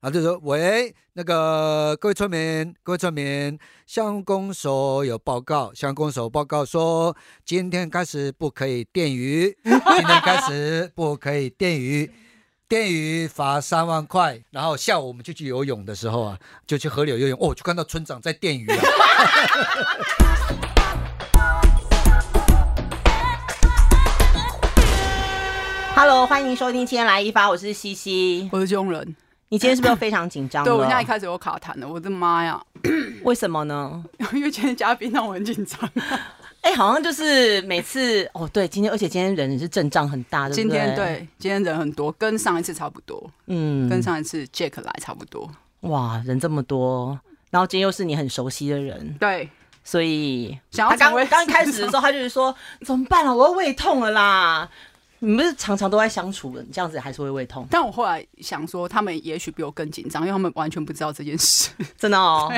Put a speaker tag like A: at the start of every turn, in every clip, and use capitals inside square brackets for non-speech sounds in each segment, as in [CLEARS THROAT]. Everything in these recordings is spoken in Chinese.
A: 啊，就说喂，那个各位村民，各位村民，乡公所有报告，乡公所报告说，今天开始不可以电鱼，今天开始不可以电鱼，电鱼罚三万块。然后下午我们就去游泳的时候啊，就去河流游泳，哦，就看到村长在电鱼啊。
B: Hello，欢迎收听《今天来一发》，我是西西。
C: 我是这种人，
B: 你今天是不是非常紧张了？
C: 对我现在一开始有卡痰了，我的妈呀！ [LAUGHS]
B: 为什么呢？
C: 因为今天嘉宾让我很紧张。
B: 哎、好像就是每次哦，对，今天而且今天人也是阵仗很大，对不对？
C: 今天，对，今天人很多，跟上一次差不多，
B: 嗯，
C: 跟上一次 Jack 来差不多。
B: 哇，人这么多，然后今天又是你很熟悉的人，
C: 对，
B: 所以
C: 想要
B: 他
C: 成为
B: 刚刚开始的时候，他就是 [LAUGHS] 说怎么办啊，我要胃痛了啦。你们不是常常都在相处的，你这样子还是会胃痛，
C: [LAUGHS] 但我后来想说，他们也许比我更紧张，因为他们完全不知道这
B: [LAUGHS]
C: 件事。
B: 真的哦。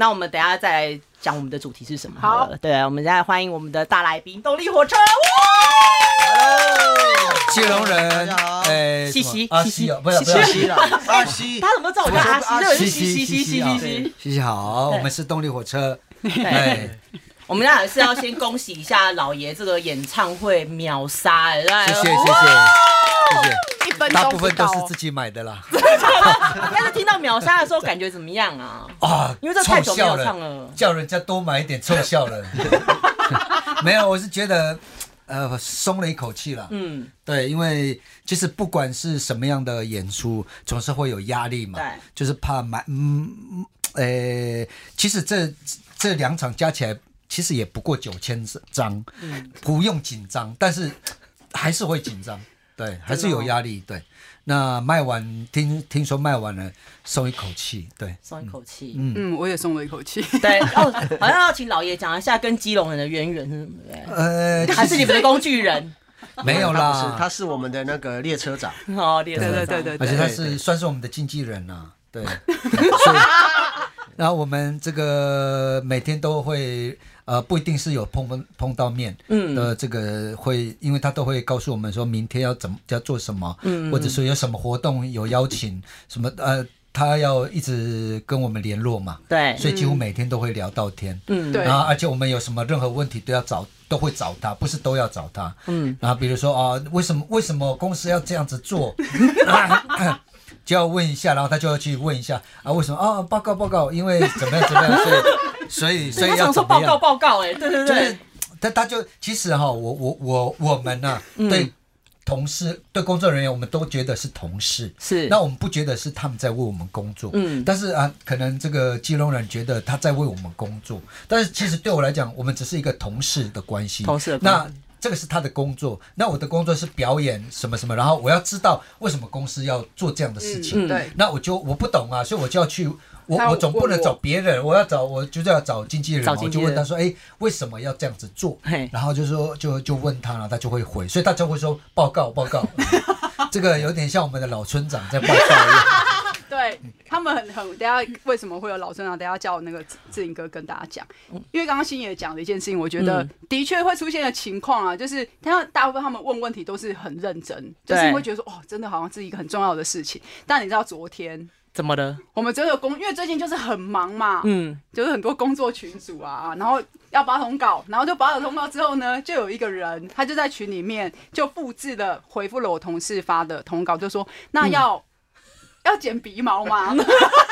B: 那我们等一下再来讲我们的主题是什么
C: 好
B: 好了。对，我们再来欢迎我们的大来宾动力火车。
A: 基隆
D: 大
A: 人
D: 家好，
A: 哎，
B: 西
A: 什么
B: 西
A: 啊
B: 西
A: 西
B: 西
A: 哦，不是不是
D: 阿西啦，阿西，
B: 他怎么知道啊我叫阿西？那我是西西西西
A: 啊
B: 西西。
A: 西西好，
B: 对
A: 我们是动力火车，
B: 对，
A: 哎，
B: 我们当然是要先恭喜一下老爷这个演唱会秒杀，哎
A: 谢谢谢谢
B: 哇
A: 谢谢。
C: 一分
A: 大
C: 钟
B: 哦
A: 部分都是自己买的啦。
B: 但是听到秒杀的时候感觉怎么样啊？
A: 啊，
B: 因为这太久没有唱
A: 臭笑
B: 了
A: 人叫人家多买一点臭笑
B: [LAUGHS]
A: 人。没有，我是觉得呃松了一口气了。
B: 嗯，
A: 对，因为其实不管是什么样的演出，总是会有压力嘛
B: 对，
A: 就是怕买嗯，呃，其实这这两场加起来，其实也不过九千张，
B: 嗯
A: 不用紧张，但是还是会紧张，对，
B: 哦
A: 还是有压力，对。那卖完，听听说卖完了，松一口气，对，
B: 松一口气。
C: 嗯，我也松了一口气。
B: 对，哦，好像要请老爷讲一下跟基隆人的渊源是
A: [LAUGHS]
B: 什么，对不
A: 呃，
B: 对还是你们的工具人？
A: 没有
D: 他不是，
A: 啦，
D: 他是我们的那个列车长，
B: 哦，对
C: 对对对对
A: 而且
C: 对，
A: 他
D: 对
A: 是
D: 对
A: 算是我们的经纪人呐、对，所以，然后我们这个每天都会，呃，不一定是有碰碰到面，嗯，呃，这个会，因为他都会告诉我们说明天要怎么要做什么，嗯，或者说有什么活动有邀请什么，呃，他要一直跟我们联络嘛，
B: 对，
A: 所以几乎每天都会聊到天，
B: 嗯
C: 对
A: 然后而且我们有什么任何问题都要找，都会找他，不是都要找他。嗯，然后比如说啊，为什么为什么公司要这样子
B: [LAUGHS]
A: 做，就要问一下，然后他就要去问一下啊，为什么啊？报告报告，因为怎么样怎么样，
B: [LAUGHS]
A: 所以所以所
B: 他
A: 以要
B: 常
A: 怎
B: 说
A: 么
B: 报告
A: 样？
B: 报告，哎，对对
A: 就是
B: 对，
A: 他他就其实哈，我我我我们呐、
B: 嗯
A: 对同事对工作人员，我们都觉得是同事，
B: 是
A: 那我们不觉得是他们在为我们工作，
B: 嗯
A: 但是啊，可能这个基隆人觉得他在为我们工作，但是其实对我来讲，我们只是一个同事的关系，
B: 同事的关系
A: 那。这个是他的工作，那我的工作是表演什么什么，然后我要知道为什么公司要做这样的事情，
C: 嗯嗯对
A: 那我就我不懂啊，所以我就要去，我
C: 他
A: 我总不能
C: 问我
A: 找别人，我要找我就是要找经纪人嘛，
B: 找经
A: 我
B: 纪
A: 就
B: 人
A: 问他说，哎，为什么要这样子做
B: 嘿？
A: 然后就说就就问他了，他就会回，所以大家会说报告报告， [LAUGHS] 这个有点像我们的老村长在报告一样。
C: 对他们很很，等一下为什么会有老村长？等一下叫那个志志颖哥跟大家讲，因为刚刚星也讲了一件事情，我觉得
B: 嗯
C: 的确会出现的情况啊，就是他大部分他们问问题都是很认真，就
B: 对
C: 是会觉得说哦，真的好像是一个很重要的事情。但你知道昨天
B: 怎么了？
C: 我们真的有工，因为最近就是很忙嘛，
B: 嗯，
C: 就是很多工作群组啊，然后要发通稿，然后就发了通告之后呢，就有一个人他就在群里面就复制了回复了我同事发的通稿，就说
B: 嗯
C: 那要、要剪鼻毛吗？ [LAUGHS]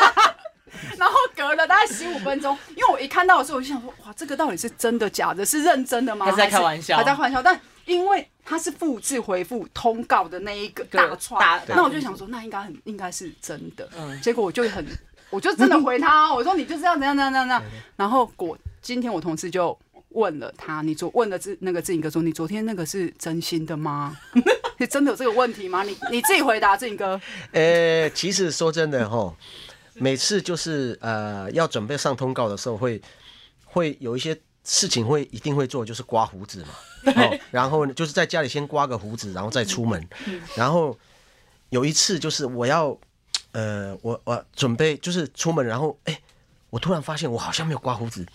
C: 然后隔了大概十五分钟，因为我一看到的时候，我就想说，哇，这个到底是真的假的？是认真的吗？
B: 还是在开玩笑
C: 还在开玩笑，但因为他是复制回复通告的那一个
B: 对
C: 大串
B: 大，
C: 那我就想说，那应该很应该是真的。
B: 嗯
C: 结果我就很， [LAUGHS] 我就真的回他哦，我说你就是要怎样怎样怎样怎样。然后果今天我同事就问了他，你昨问了志那个志颖哥说，你昨天那个是真心的吗？ [LAUGHS] 你真的有这个问题吗？你你自己回答，志颖哥。
D: 呃，其实说真的哈，每次就是呃要准备上通告的时候会，会有一些事情会一定会做，就是刮胡子嘛。 [LAUGHS] 哦，然后呢，就是在家里先刮个胡子，然后再出门。然后有一次就是我要，呃，我我准备就是出门，然后哎，我突然发现我好像没有刮胡子，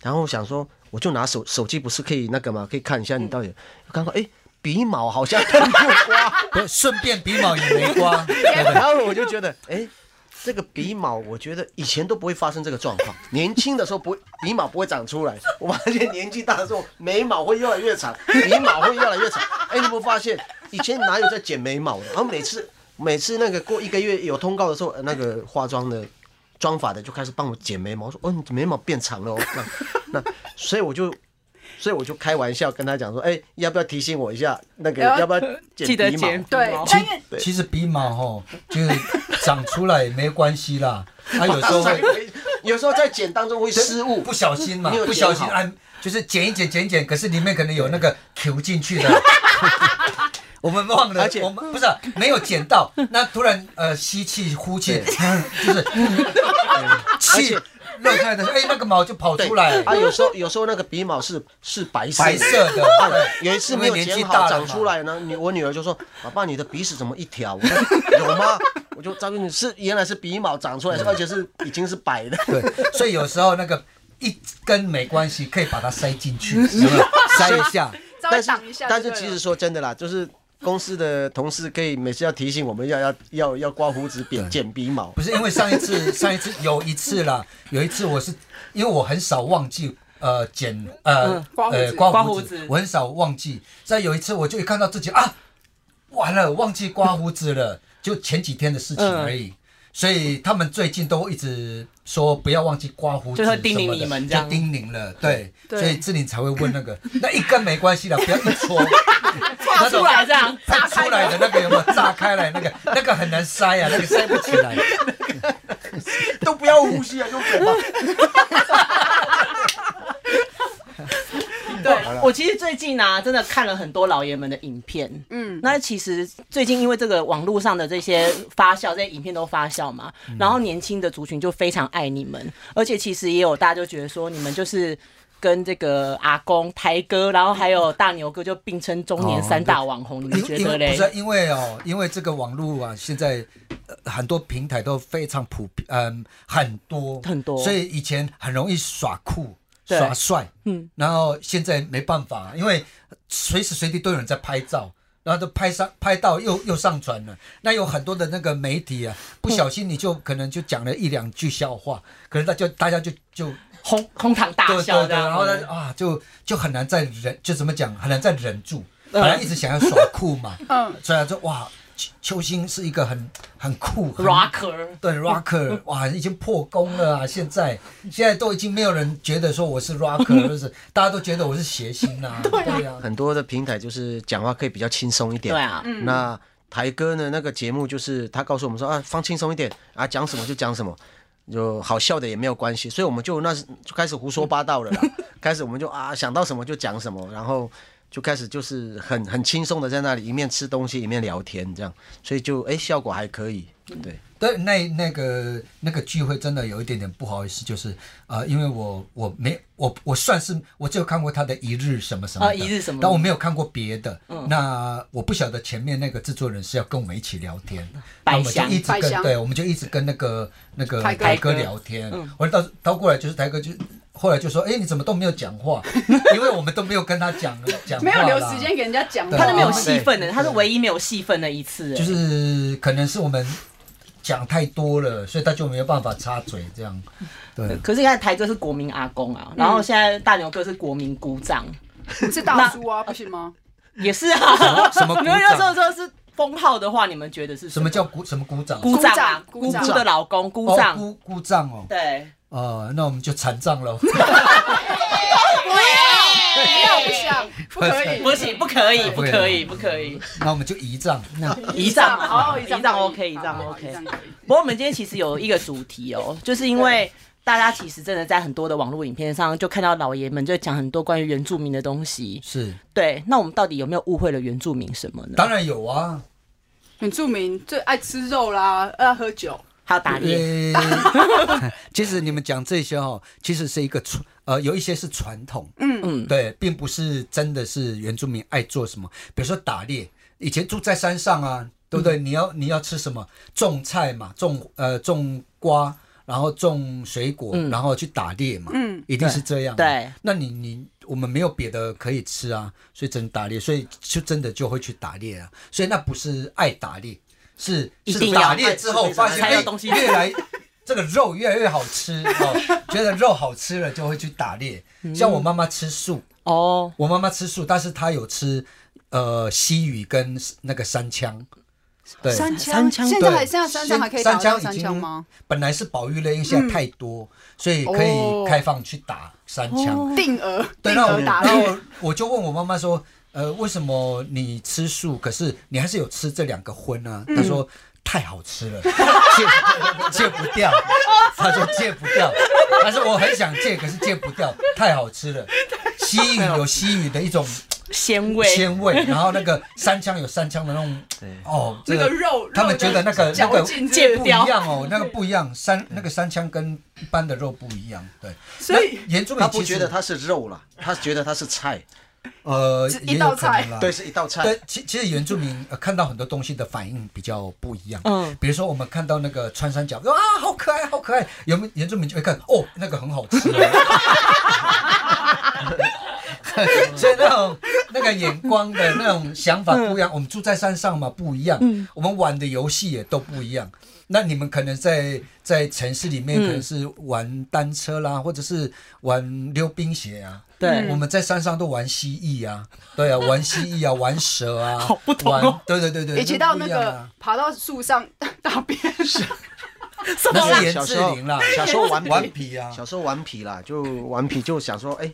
D: 然后想说我就拿手手机不是可以那个嘛，可以看一下你到底，刚刚哎鼻毛好像都没有刮。 [LAUGHS]
A: [LAUGHS] 不，顺便鼻毛也没刮，对不对？
D: 然后我就觉得，哎、这个鼻毛，我觉得以前都不会发生这个状况。年轻的时候不会，鼻毛不会长出来。我发现年纪大的时候，眉毛会越来越长，鼻毛会越来越长。哎，你有没有发现以前哪有在剪眉毛的？然后每次每次那个过一个月有通告的时候，呃那个化妆的妆发的就开始帮我剪眉毛，说哦，你眉毛变长了哦。那那所以我就。所以我就开玩笑跟他讲说，哎、要不要提醒我一下？那个
C: 然后
D: 要不要剪
B: 记得
D: 鼻毛？
B: 剪
C: 对
B: [LAUGHS] 毛，
C: 但因为
A: 其实鼻毛吼，就是长出来也没关系啦，它有时候会
D: 有时候在剪当中会 [LAUGHS] 失误
A: 不，小心嘛
D: 你有，
A: 不小
D: 剪
A: 心
D: 好
A: 按就是剪一剪剪一剪，可是里面可能有那个 Q 进去
D: [LAUGHS]
A: 的。我们忘了
D: 而，且
A: 我们不是啊没有剪到，那突然呃吸气呼气， [LAUGHS]
D: [LAUGHS]
A: 就是气漏出来的时候，哎，那个毛就跑
D: 对
A: 出来，
D: 啊，有时候有时候那个鼻毛是是白色
A: 白色的。
D: 啊
A: 对
D: 有一次没有
A: 因为年纪
D: 剪
A: 大
D: 好
A: 了
D: 长出来呢，女我女儿就说：“爸爸，你的鼻屎怎么一条？”我说：“有吗？”我就张你是原来是鼻毛长出来，而且是已经是白的。
A: 对，所以有时候那个一根没关系，可以把它塞进去，有没有塞一下。
C: 稍微
D: [LAUGHS] 但是
C: 挡一下就
D: 但
C: 对
D: 是
C: 了，
D: 其实说真的啦，就是公司的同事可以每次要提醒我们要要要要刮胡子、剪剪鼻毛
A: 不。是因为上一次，上一次有一次啦，有一次我是因为我很少忘记呃剪呃
B: 嗯
C: 刮胡子
A: 呃刮
B: 刮
A: 胡
B: 胡
A: 子
B: 子，
A: 我很少忘记。再有一次我就一看到自己啊，完了忘记刮胡子了，就前几天的事情而已。所以他们最近都一直说不要忘记刮胡子
B: 就
A: 什么
B: 会
A: 的，
B: 叮咛你们这
A: 就
B: 样
A: 叮咛了，对，
C: 对
A: 所以志玲才会问那个，那一根没关系的，不要一搓，
B: 画出来这样，
A: 它出来的那个有没有炸开来？那个 [LAUGHS] 那个很难塞啊，那个塞不起来。
D: 都不要呼吸啊，用嘴巴。
B: 对我其实最近啊，真的看了很多老爷们的影片。
C: 嗯，
B: 那其实最近因为这个网络上的这些发酵，这些影片都发酵嘛，
A: 嗯
B: 然后年轻的族群就非常爱你们，而且其实也有大家就觉得说你们就是。跟这个阿公、台哥，然后还有大牛哥，就并称中年三大网 [LAUGHS] 红，你们觉
A: 哦因因
B: 得
A: 为不
B: 嘞
A: 是？啊因为哦，因为这个网络啊，现在、呃、很多平台都非常普遍，嗯、很多
B: 很多
A: 所以以前很容易耍酷、
B: 对
A: 耍帅，
B: 嗯，
A: 然后现在没办法，因为随时随地都有人在拍照。然后都拍上拍到又又上传了，那有很多的那个媒体啊，不小心你就可能就讲了一两句笑话，可能大家大家就就
B: 哄哄堂大
A: 对
B: 笑
A: 对
B: 这
A: 对，
B: 样。
A: 然后呢啊，就就很难再忍，就怎么讲，很难再忍住，
B: 嗯
A: 本来一直想要耍酷嘛，
C: 嗯，
A: 所以说哇，邱邱星是一个很很酷很
B: rocker，
A: 对 rocker，哇，已经破功了啊！现在现在都已经没有人觉得说我是
B: [LAUGHS]
A: rocker，就是大家都觉得我是谐星啊，对啊，
D: 很多的平台就是讲话可以比较轻松一点。
B: 对啊，
C: 嗯
D: 那台哥呢？那个节目就是他告诉我们说啊，放轻松一点啊，讲什么就讲什么，就好笑的也没有关系。所以我们就那时就开始胡说八道了啦，开始我们就啊想到什么就讲什么，然后就开始就是很很轻松的在那里一面吃东西一面聊天这样，所以就哎、效果还可以。对，
A: 对，那那个那个聚会真的有一点点不好意思，就是呃，因为我我没我我算是我只有看过他的一日什么什么的
B: 啊一日什么嗯
A: 但我没有看过别的。那我不晓得前面那个制作人是要跟我们一起聊天，那我们就
B: 嗯白香
A: 一直
C: 白
A: 跟
C: 香
A: 对，我们就一直跟那个那个
C: 台哥
A: 台哥聊天，
B: 嗯
A: 我到到过来就是台哥就。后来就说：“哎、你怎么都没有讲话？ [LAUGHS] 因为我们都没有跟他讲讲话
C: 没有留
A: 啦
C: 时间给人家讲
A: 哦
C: 话，
A: 对
B: 他都没有
A: 戏
B: 戏份的，他是唯一没有戏份的一次。
A: 就
B: 哎
A: 是可能是我们讲太多了，所以他就没有办法插嘴这样。对，
B: 可是现在台哥是国民阿公啊，然
C: 嗯
B: 后现在大牛哥是国民姑丈，
C: 是大叔啊，不行吗？
B: 也是啊。 [LAUGHS]
A: 什么
B: 你们那时候说是封号的话，你们觉得是
A: 什么叫鼓什么鼓掌？
B: 姑丈啊？
C: 姑
B: 姑
C: 丈
B: 姑的老公姑
A: 哦、
B: 丈，
A: 鼓鼓掌哦。
B: 对，
A: 呃，那我们就残障
B: [LAUGHS]
A: 喽。
C: 不要，不想，不可以，
B: 不行，不可以，
A: 哦不
B: 不
A: 可以哦
B: 可以，不可以，
A: 那我们就仪仗。那
B: [LAUGHS] 仪仗
C: 好，
B: 啊，
C: 一
B: 仪
C: 张
B: 仗 OK，仪仗 OK。
C: 可以。
B: 不过我们今天其实有一个主题哦，就是因为大家其实真的在很多的网络影片上就看到老爷们就讲很多关于原住民的东西。
A: 是
B: 对，那我们到底有没有误会了原住民什么呢？
A: 当然有啊。
C: 很著名，最爱吃肉啦，爱喝酒，
B: 还有打猎，
A: 呃 [LAUGHS] 其实你们讲这些哦，其实是一个传呃，有一些是传统，
C: 嗯
A: 嗯，对，并不是真的是原住民爱做什么，比如说打猎，以前住在山上啊，对不对？你要你要吃什么？种菜嘛，种呃种瓜，然后种水果，然后去打猎嘛，
C: 嗯，
A: 一定是这样、啊
B: 对，
A: 那你你我们没有别的可以吃啊，所以只能打猎，所以就真的就会去打猎啊，所以那不是爱打猎，是
B: 一
A: 是
B: 定要
A: 打猎之后
B: [LAUGHS]
D: 才
A: 发现
B: 才有
A: 哎
B: 东西
A: 越来这个肉越来越好吃哦，觉得肉好吃了就会去打猎。
B: 嗯
A: 像我妈妈吃素，
B: 哦，
A: 我妈妈吃素，但是她有吃呃西语跟那个山枪，对，
C: 三
B: 三
C: 枪，
B: 枪
C: 现在还现在
A: 对
C: 三枪还可以打
A: 现
C: 到
A: 三枪
C: 三
A: 已经
C: 枪吗？
A: 本来是保育类，因为
B: 嗯
A: 现在太多，所以可
C: 哦
A: 以开放去打山枪。
B: 哦
C: 定额
A: 对，
C: 定
A: 那我
C: 额打
A: 然后
C: 猎，
A: 我就问我妈妈说，呃，为什么你吃素，可是你还是有吃这两个荤啊？
C: 嗯
A: 她说太好吃了，戒戒不掉。她说戒不掉，她说我很想戒，可是戒不掉，太好吃了。西语有西语的一种
B: 鲜味，
A: 鲜味，然后那个山枪有山枪的那种
D: [LAUGHS] 对，
A: 哦，这
C: 那
A: 个
C: 个肉，
A: 他们觉得那个那
C: 绞
A: 个
C: 尽
B: 戒
C: 戒
B: 不
A: 不一
B: 掉
A: 样哦，那个不一样，山那个山枪跟一般的肉不一样，对。
C: 所以
A: 那严重
D: 他
A: 的
D: 不觉得它是肉了，他觉得它是菜，
A: 呃
C: 是一
A: 也
C: 道
A: 有可能
C: 菜
A: 啦，
D: [LAUGHS] 对，是一道菜。
A: 对，其其实原住民、呃、看到很多东西的反应比较不一样。
B: 嗯
A: 比如说我们看到那个穿山甲，说啊好可爱，好可爱。有没有原住民就会看哦， [LAUGHS] 那个很好吃哦。所以那种那个眼光的那种想法不一样。我们住在山上嘛，不一样。我们玩的游戏也都不一样。那你们可能在在城市里面，可能是玩单车啦，或者是玩溜冰鞋啊。
B: 对
A: 我们在山上都玩蜥蜴啊，对啊，玩蜥蜴啊，玩蛇啊，
B: [LAUGHS] 好不同哦
A: 玩对对对对，
C: 以及到
A: 都
C: 那
A: 不一样
C: 个
A: 啊
C: 爬到树上 [LAUGHS] 大便是
B: 什么
A: 那
B: 啦
A: 是？
D: 小
A: 颜志
D: 时候
A: 玲啦，
D: 啊
A: [LAUGHS]
D: 小时候顽
A: 顽皮啊，
D: 小时候顽皮啦，就顽皮就想说，哎，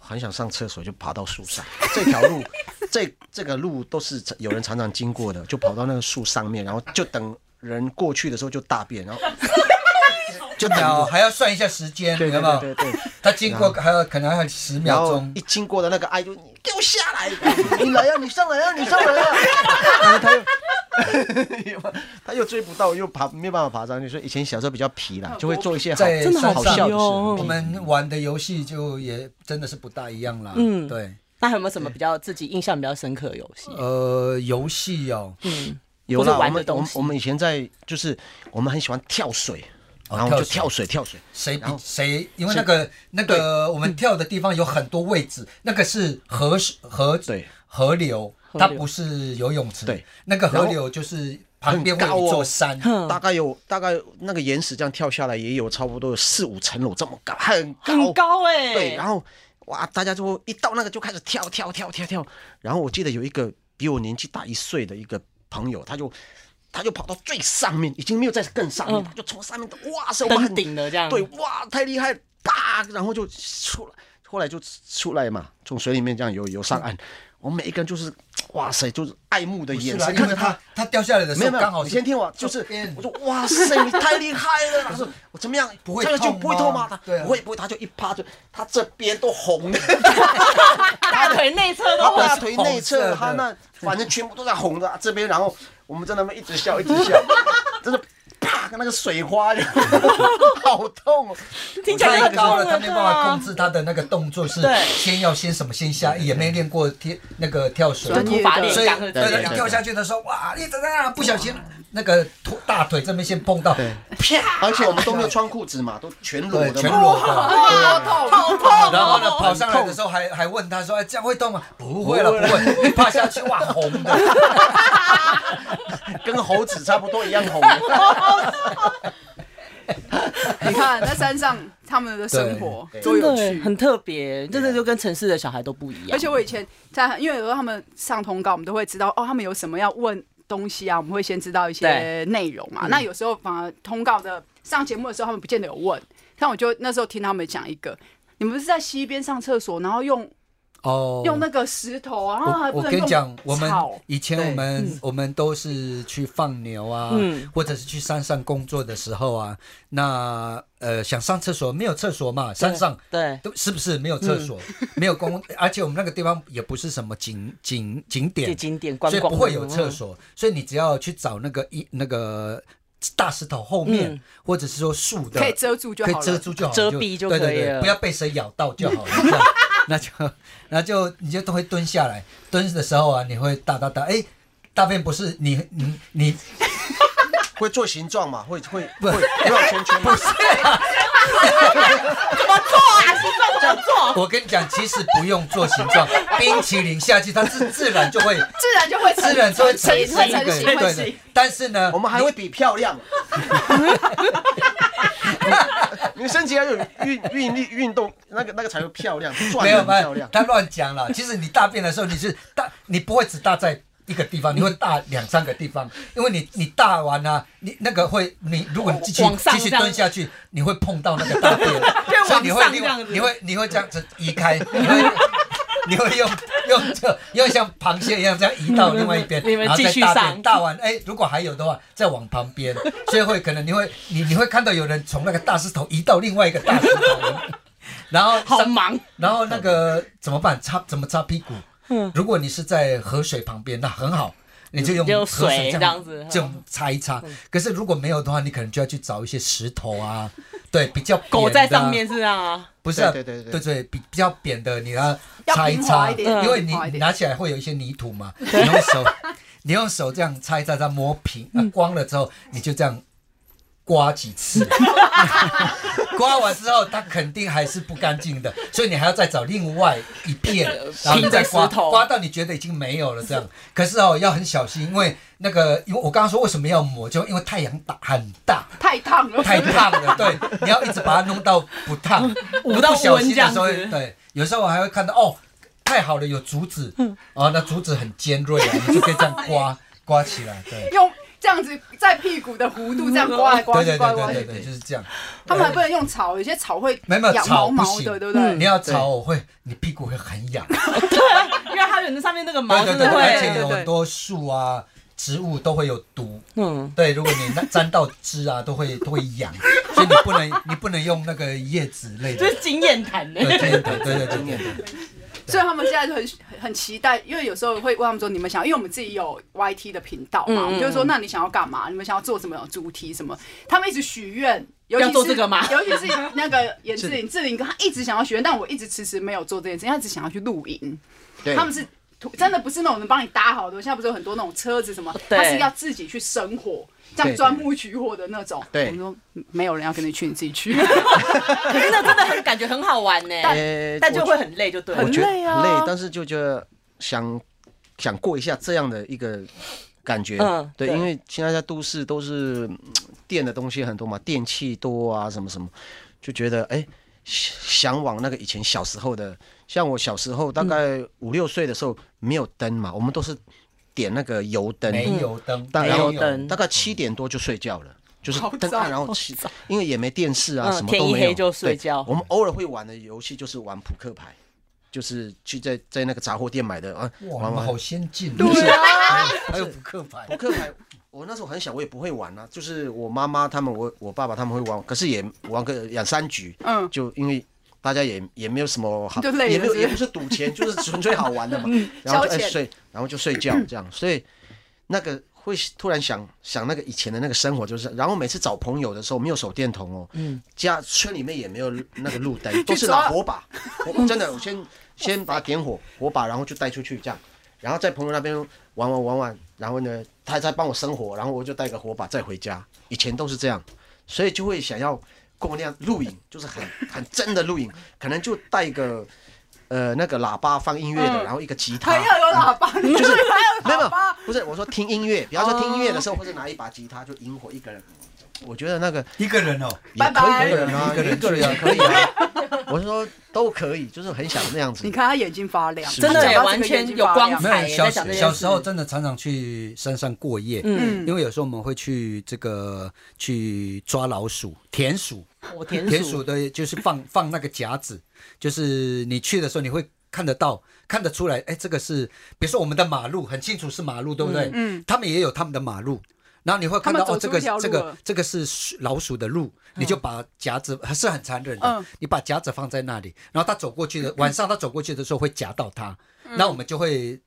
D: 很想上厕所，就爬到树上。这条路，这这个路都是有人常常经过的，就跑到那个树上面，然后就等人过去的时候就大便，然后
A: 就 [LAUGHS] 秒还要算一下时间，
D: 对
A: 有
D: 对
A: 没
D: 对
A: 有？
D: 对对，
A: 他经过还有可能还有十
D: 然
A: 秒
D: 后
A: 钟
D: 一，经过的那个爱就你给我下来， [LAUGHS] 你来呀、你上来呀、你上来呀、然后他又。他又追不到，又爬没办法爬上去，所以以前小时候比较皮
B: 哦
D: 啦，就会做一些好
A: 在
B: 真的
A: 山
B: 好
D: 好
B: 皮
D: 笑
A: 上
D: 的事。
B: 哦
A: 我们玩的游戏就也真的是不大一样啦。
B: 嗯
A: 对，
B: 那还有没有什么比较自己印象比较深刻的游戏？
A: 呃，游戏哦，
B: 嗯，
D: 有
B: 或
D: 啦，
B: 者
D: 我
B: 玩
D: 们
B: 的
D: 我
B: 东
D: 们
B: 西
D: 我们以前在就是我们很喜欢跳水，
A: 哦
D: 然后我们就
A: 跳
D: 跳水跳水，
A: 谁比
D: 然后嗯
A: 谁？因为那个那个我们跳的地方有很多位置，那个是河水河
D: 对
A: 河流，
B: 河流
A: 它不是游泳池。
D: 对，
A: 那个河
D: 然
A: 流就是旁边会
D: 很高
A: 有一座
D: 哦
A: 山，
D: 大概有大概那个岩石这样跳下来也有差不多有四五层楼这么高，很高
B: 很高哎、
D: 对，然
B: 后
D: 后哇，大家就一到那个就开始跳跳跳跳跳。然后我记得有一个比我年纪大一岁的一个朋友，他就他就跑到最上面，已经没有在更上面，
B: 嗯
D: 他就从上面哇塞，
B: 登顶了这样，
D: 哇对，哇，太厉害了，啪，然后就出来，后来就出来嘛，从水里面这样游游上岸。我们每一个人就是哇塞，就是爱慕的
A: 不是
D: 眼
A: 啦，
D: 神
A: 因
D: 看
A: 为
D: 着
A: 它它掉下来的时
D: 没有
A: 候
D: 没
A: 刚好
D: 有，
A: 是
D: 你先听我，就是
A: 边
D: 我说哇塞，你太厉害了！
A: [LAUGHS]
D: 他说我怎么样？
A: 不会
D: 这样就
A: 痛吗
D: 不会痛吗？他
A: 对啊
D: 不会不会，他就一趴就他这边都
A: [LAUGHS]
D: 红的，
B: 大腿内侧都
D: 他
B: 会
D: 大腿内
A: 红色
D: 侧
A: 的
D: 他那反正全部都在红的、啊、这边，然后我们在那边一直笑一直
A: [LAUGHS]
D: 笑，真的啪跟那个水花一样，好痛哦！
B: 听起来
A: 太
B: 就
A: 高了，
B: 痛
A: 他没办法控
B: 制。
A: 制他的那个动作是
B: 对
A: 先要先什么先下，也没练过跳那个跳水，
C: 专
B: 土
C: 业
B: 法
C: 的
B: 炼
A: 所以
B: 钢
A: 对
B: 的
D: 对
A: 对
D: 对
A: 你
D: 对
A: 跳下去的时候，哇，一直在那不小心那个腿大腿这边先碰到，
D: 啪！而且我们都没有穿裤子嘛，都全裸
A: 对，
D: 的
A: 全
D: 嘛。
A: 裸的。
C: 好痛，好痛
A: 然后呢，跑上来的时候还还问他说：“哎，这样会痛吗？”不会了，不会。一趴下去，哇，红的。
D: 跟猴子差不多一样
A: [LAUGHS]
D: 红的，
C: 你看在山上他们的生活多
B: 真的
C: 有趣。
B: 很特别，真的就跟城市的小孩都不一样。
C: 而且我以前在，因为有时候他们上通告，我们都会知道哦，他们有什么要问东西啊，我们会先知道一些
B: 对
C: 内容嘛。那有时候反而通告的上节目的时候，他们不见得有问，但我就那时候听他们讲一个，你们不是在溪边上厕所，然后用
A: [LAUGHS] 哦
C: 用那个石头啊，然后还
A: 我
C: 不
A: 我
C: 能
A: 跟你讲
C: 用，
A: 我们
C: 草嗯
A: 以前我们我们都是去放牛啊
B: 嗯，
A: 或者是去山上工作的时候啊，那呃想上厕所没有厕所嘛，山上
B: 对，
A: 都是不是没有厕所，
C: 嗯
A: 没有公， [LAUGHS] 而且我们那个地方也不是什么景景景
B: 就
A: 点，
B: 景点观
A: 所以
B: 光
A: 不会有厕所，
C: 嗯
A: 所以你只要去找那个一那个大石头后面，
B: 嗯
A: 或者是说树的
C: 可以遮住就
A: 可
C: 好
A: 以
C: 了，
A: 遮住就好，
B: 遮蔽就
A: 对
B: 可以
A: 对
B: 了
A: 对，不要被蛇咬到就好了。这
C: [LAUGHS]
A: 样那就那就你就都会蹲下来，蹲的时候啊，你会大大大，哎，大便不是你你你
D: 会做形状嘛，会会
A: 不
D: 会绕圈圈嘛。
A: 不是啊，
B: 怎么做啊？形状怎么
C: 哦
A: [LAUGHS]
B: 做？
A: 我跟你讲，其实不用做形
C: [LAUGHS]
A: 状，冰淇淋下去它自自然就会，
C: 自然就会
A: 自然就会成
C: [LAUGHS] 会
A: 型
C: 成
A: 一个
C: 型
A: 对
C: 会
A: 的
C: 成。
A: 但是呢，
D: 我们还会比漂亮。 [LAUGHS] 你身体要有运运力运动，那个那个才会漂亮，转
A: 没
D: 得
A: 有
D: 很
A: 没
D: 漂
A: 有
D: 亮，。
A: 他乱讲了。其实你大便的时候，你是大，你不会只大在一个地方，你会大两三个地方，因为你你大完啊，你那个会，你如果你继续
B: 往上
A: 继续
B: 这样
A: 蹲下去，你会碰到那个大便，
B: [LAUGHS] 就
A: 所以你
B: 往
A: 会
B: 上
A: 另
B: 这
A: 外
B: 样子
A: 你会你会这样子移开，你会你会用用这用像螃蟹一样这样移到另外一边，
B: 你们
A: 然后再
B: 继续
A: 大便
B: 上
A: 大完，哎，如果还有的话，再往旁边，所以会可能你会你你会看到有人从那个大石头移到另外一个大石头。然后
B: 好
A: 上
B: 忙，
A: 然后那个怎么办？擦怎么擦屁股？如果你是在河水旁边，那很好，你就用
B: 就
A: 河水
B: 水
A: 这
B: 这
A: 样
B: 样子嗯
A: 这种擦一擦。可是如果没有的话，你可能就要去找一些石头啊，对，比较扁的啊
B: 狗在上面，是啊，
A: 不是啊
D: 对对对
A: 对
D: 对
A: 对，比比较扁的，你要
C: 要
A: 擦
C: 平
A: 擦，
C: 滑一点
A: 因为
C: 平滑一
A: 你
C: 点
A: 拿起来会有一些泥土嘛，你用手，你用手这样擦一擦，它磨平，呃光了之后，你就这样刮几次。刮完之后，它肯定还是不干净的，所以你还要再找另外一片，然后你再刮，
B: 拼着石头
A: 刮到你觉得已经没有了这样。可是哦，要很小心，因为那个，因为我刚刚说为什么要抹，就因为太阳打很大，
C: 太烫了，
A: 太烫了，对，你要一直把它弄到不烫，
B: 捂到
A: 不小
B: 温
A: 心
B: 这
A: 的
B: 样
A: 时候，
B: 子。
A: 对，有时候我还会看到哦，太好了，有竹子，哦，那竹子很尖锐啊，你就可以这样刮刮起来，对，
C: 用这样子在屁股的弧度这样刮来刮
A: 对
C: 去，
A: 对
C: 刮
A: 对
C: 来刮
A: 对对
C: 去。
A: 对，就是这样。
C: 他们还不能用草，有些草会
A: 没有没有
C: 痒
A: 草
C: 毛
A: 不
C: 毛
A: 行
C: 的，对不
A: 你
C: 对？
A: 要炒我会，你屁股会很痒，
B: 对，因为它有那上面那个毛
A: 对
B: 真
A: 对
B: 的
A: 对，
B: 会，
A: 而且
B: 对
A: 有很
B: 对，
A: 多树啊、植物都会有毒，
B: 嗯，
A: 对，如果你那沾到汁啊，都会都会痒，所以你不能你不能用那个叶子类的
B: 这，是经验谈呢。
A: 对对对对对对对，
C: 所以他们现在就很很期待，因为有时候会问他们说你们想，因为我们自己有 YT 的频道嘛，我们就说那你想要干嘛？你们想要做什么主题什么？他们一直许愿。尤其
B: 要
C: 是
B: 做这个吗
C: 尤其是那个严志玲，志玲哥他一直想要许愿，但我一直迟迟没有做这件事情，他只想要去露营。
D: 对，
C: 他们是图真的不是那种能帮你搭好的，现在不是有很多那种车子什么，
B: 对
C: 他是要自己去生火，这样钻木取火的那种。
D: 对
C: 我们说嗯没有人要跟你去，你自己去。
B: 可是那真的很感觉很好玩欸呢，
D: 呃
B: 但就会很累，就对
D: 我
B: 了
C: 很。
D: 觉得
C: 累啊
D: 很累，但是就觉得想想过一下这样的一个感觉。
B: 嗯
D: 对，
B: 对
D: 因为现在在都市都是嗯电的东西很多嘛，电器多啊，什么什么，就觉得哎，向向往那个以前小时候的。像我小时候大概五六岁的时候，没有灯嘛，我们都是点那个油灯，
A: 煤油灯，
D: 大
A: 煤
D: 然后
A: 油
B: 灯
D: 大概七点多就睡觉了，就是
C: 好
D: 灯
C: 早
D: 暗，然后七，因为也没电视啊，
B: 嗯
D: 什么
B: 天
D: 都
B: 一
D: 没有，
B: 黑就睡
D: 对
B: 觉
D: 我们偶尔会玩的游戏就是玩扑克牌，就是去在在那个杂货店买的啊，
A: 哇，
D: 玩
A: 你们
D: 玩
A: 好先进，
C: 对啊，
A: 哎还有扑克牌
D: 扑，克牌。我那时候很小，我也不会玩啊，就是我妈妈他们，我我爸爸他们会玩，可是也玩个两三局，
C: 嗯，
D: 就因为大家也也没有什么好，
C: 就累了
D: 也没
C: 是
D: 有
C: 不是嗯
D: 也不是赌钱， [LAUGHS] 就是纯粹好玩的嘛。然后就
C: 消
D: 哎
C: 遣
D: 睡，然后就睡
C: [COUGHS]
D: 觉这样，所以那个会突然想想那个以前的那个生活，就是然后每次找朋友的时候没有手电筒哦，家村里面也没有那
C: [LAUGHS]
D: 个路灯，都是拿
C: 嗯抓
D: 火把，我真的
C: [LAUGHS]
D: 我先先把它点火火把，然后就带出去这样，然后在朋友那边玩玩玩玩，然后呢他在帮我生火，然后我就带个火把再回家，以前都是这样，所以就会想要。跟我那样录影，就是很很真的录影，可能就带一个呃那个喇叭放音乐的，
C: 嗯
D: 然后一个吉他，
C: 还要有喇叭，你
D: 就是
C: 还
D: 没有
C: 有
D: 没
C: 喇
D: 有
C: 叭，，哦
D: 不是我说听音乐，比方说听音乐的时候，或者拿一把吉他就引火一个人。我觉得那个
A: 一个人哦，
D: 也
C: 拜拜
D: 可以一个人啊，
A: 一个人
D: 一个人也可以啊。我是说都可以，就是很想那样子
C: 你。看他眼睛发亮，
D: 是
B: 真
C: 他
B: 的
C: 讲
B: 耶，
C: 到这
B: 完
C: 个眼
B: 全
C: 睛
B: 有
C: 发
B: 光
C: 亮
A: 没
B: 彩
A: 有
B: 耶，
A: 小
B: 在讲这
A: 时
B: 件
A: 小
B: 事
A: 时候真的常常去山上过夜，
B: 嗯，
A: 因为有时候我们会去这个去抓老鼠、田鼠，
C: 哦
B: 我田
A: 田
B: 鼠
A: 鼠的就是放 [COUGHS] 放那个夹子，就是你去的时候你会看得到、看得出来，哎，这个是比如说我们的马路很清楚是马路，对不对？
C: 嗯，
A: 他们也有他们的马路。然后你会看到
C: 他
A: 哦，
C: 们走
A: 这个
C: 出一条路
A: 这个
C: 了
A: 这个是老鼠的路，你就把夹子是很残忍的
C: 嗯，
A: 你把夹子放在那里，然后它走过去的晚上它走过去的时候会夹到它，那我们就会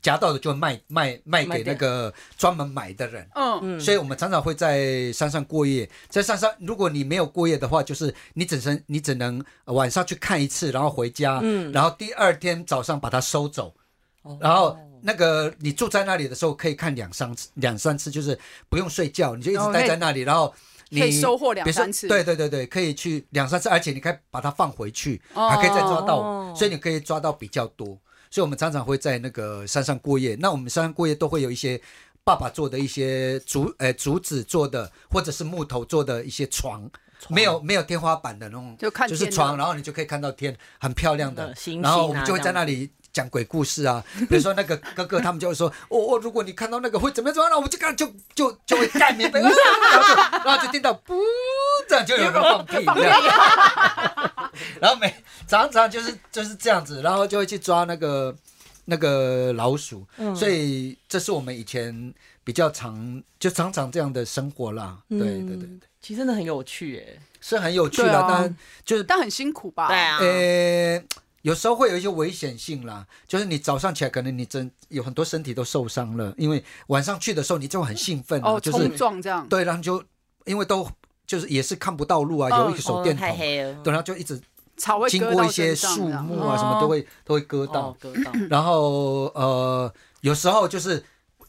A: 夹到的就会卖卖卖
B: 卖
A: 给
B: 掉
A: 那个专门买的人，
C: 嗯，
A: 所以我们常常会在山上过夜。在山上，如果你没有过夜的话，就是你只能你只能呃晚上去看一次，然后回家，
C: 嗯
A: 然后第二天早上把它收走，
C: 哦
A: 然后。那个你住在那里的时候，可以看两三次，两三次就是不用睡觉，你就一直待在那里，然后你
C: 哦可以收获两
A: 比如说
C: 三次
A: 对对对对，可以去两三次，而且你可以把它放回去，
C: 哦
A: 还可以再抓
B: 哦
A: 到，所以你可以抓到比较多。所以我们常常会在那个山上过夜。那我们山上过夜都会有一些爸爸做的一些竹呃竹子做的，或者是木头做的一些床。没有没有天花板的那种，
C: 就看
A: 就
C: 天
A: 是
C: 的
A: 床，然后你就可以看到天，很漂亮的
B: 嗯。星
A: 然后
B: 星
A: 我们
B: 啊
A: 就会
B: 这
A: 在
B: 样
A: 那里讲鬼故事啊， [LAUGHS] 比如说那个哥哥他们就会说，哦哦，如果你看到那个会怎么样怎么样，那我们就刚就就就会盖棉
B: [LAUGHS]
A: 被，然后就然后就听到不这样就有人放屁，这样
B: [LAUGHS]
A: 然后每常常就是就是这样子，然后就会去抓那个那个老鼠，
B: 嗯
A: 所以这是我们以前比较常就常常这样的生活啦，
B: 嗯
A: 对对对对，
B: 其实真的很有趣哎。
A: 是很有趣
C: 对
A: 啦
C: 啊，
A: 但就是
C: 但很辛苦吧？
B: 对啊，
A: 呃，有时候会有一些危险性啦，就是你早上起来，可能你真有很多身体都受伤了，因为晚上去的时候你就很兴奋、啊，
C: 哦，
A: 就是
C: 冲撞这样，
A: 对，然后就因为都就是也是看不到路啊，
C: 嗯
A: 有一个手
B: 哦
A: 电筒
B: 太，黑了，
A: 对，然后就一直
C: 草会
A: 经
C: 割
A: 过
C: 到
A: 一些
C: 身上
A: 树
C: 这样
A: 木啊
B: 哦
A: 什么都会都会割到
B: 哦，，割到，
A: 然后呃，有时候就是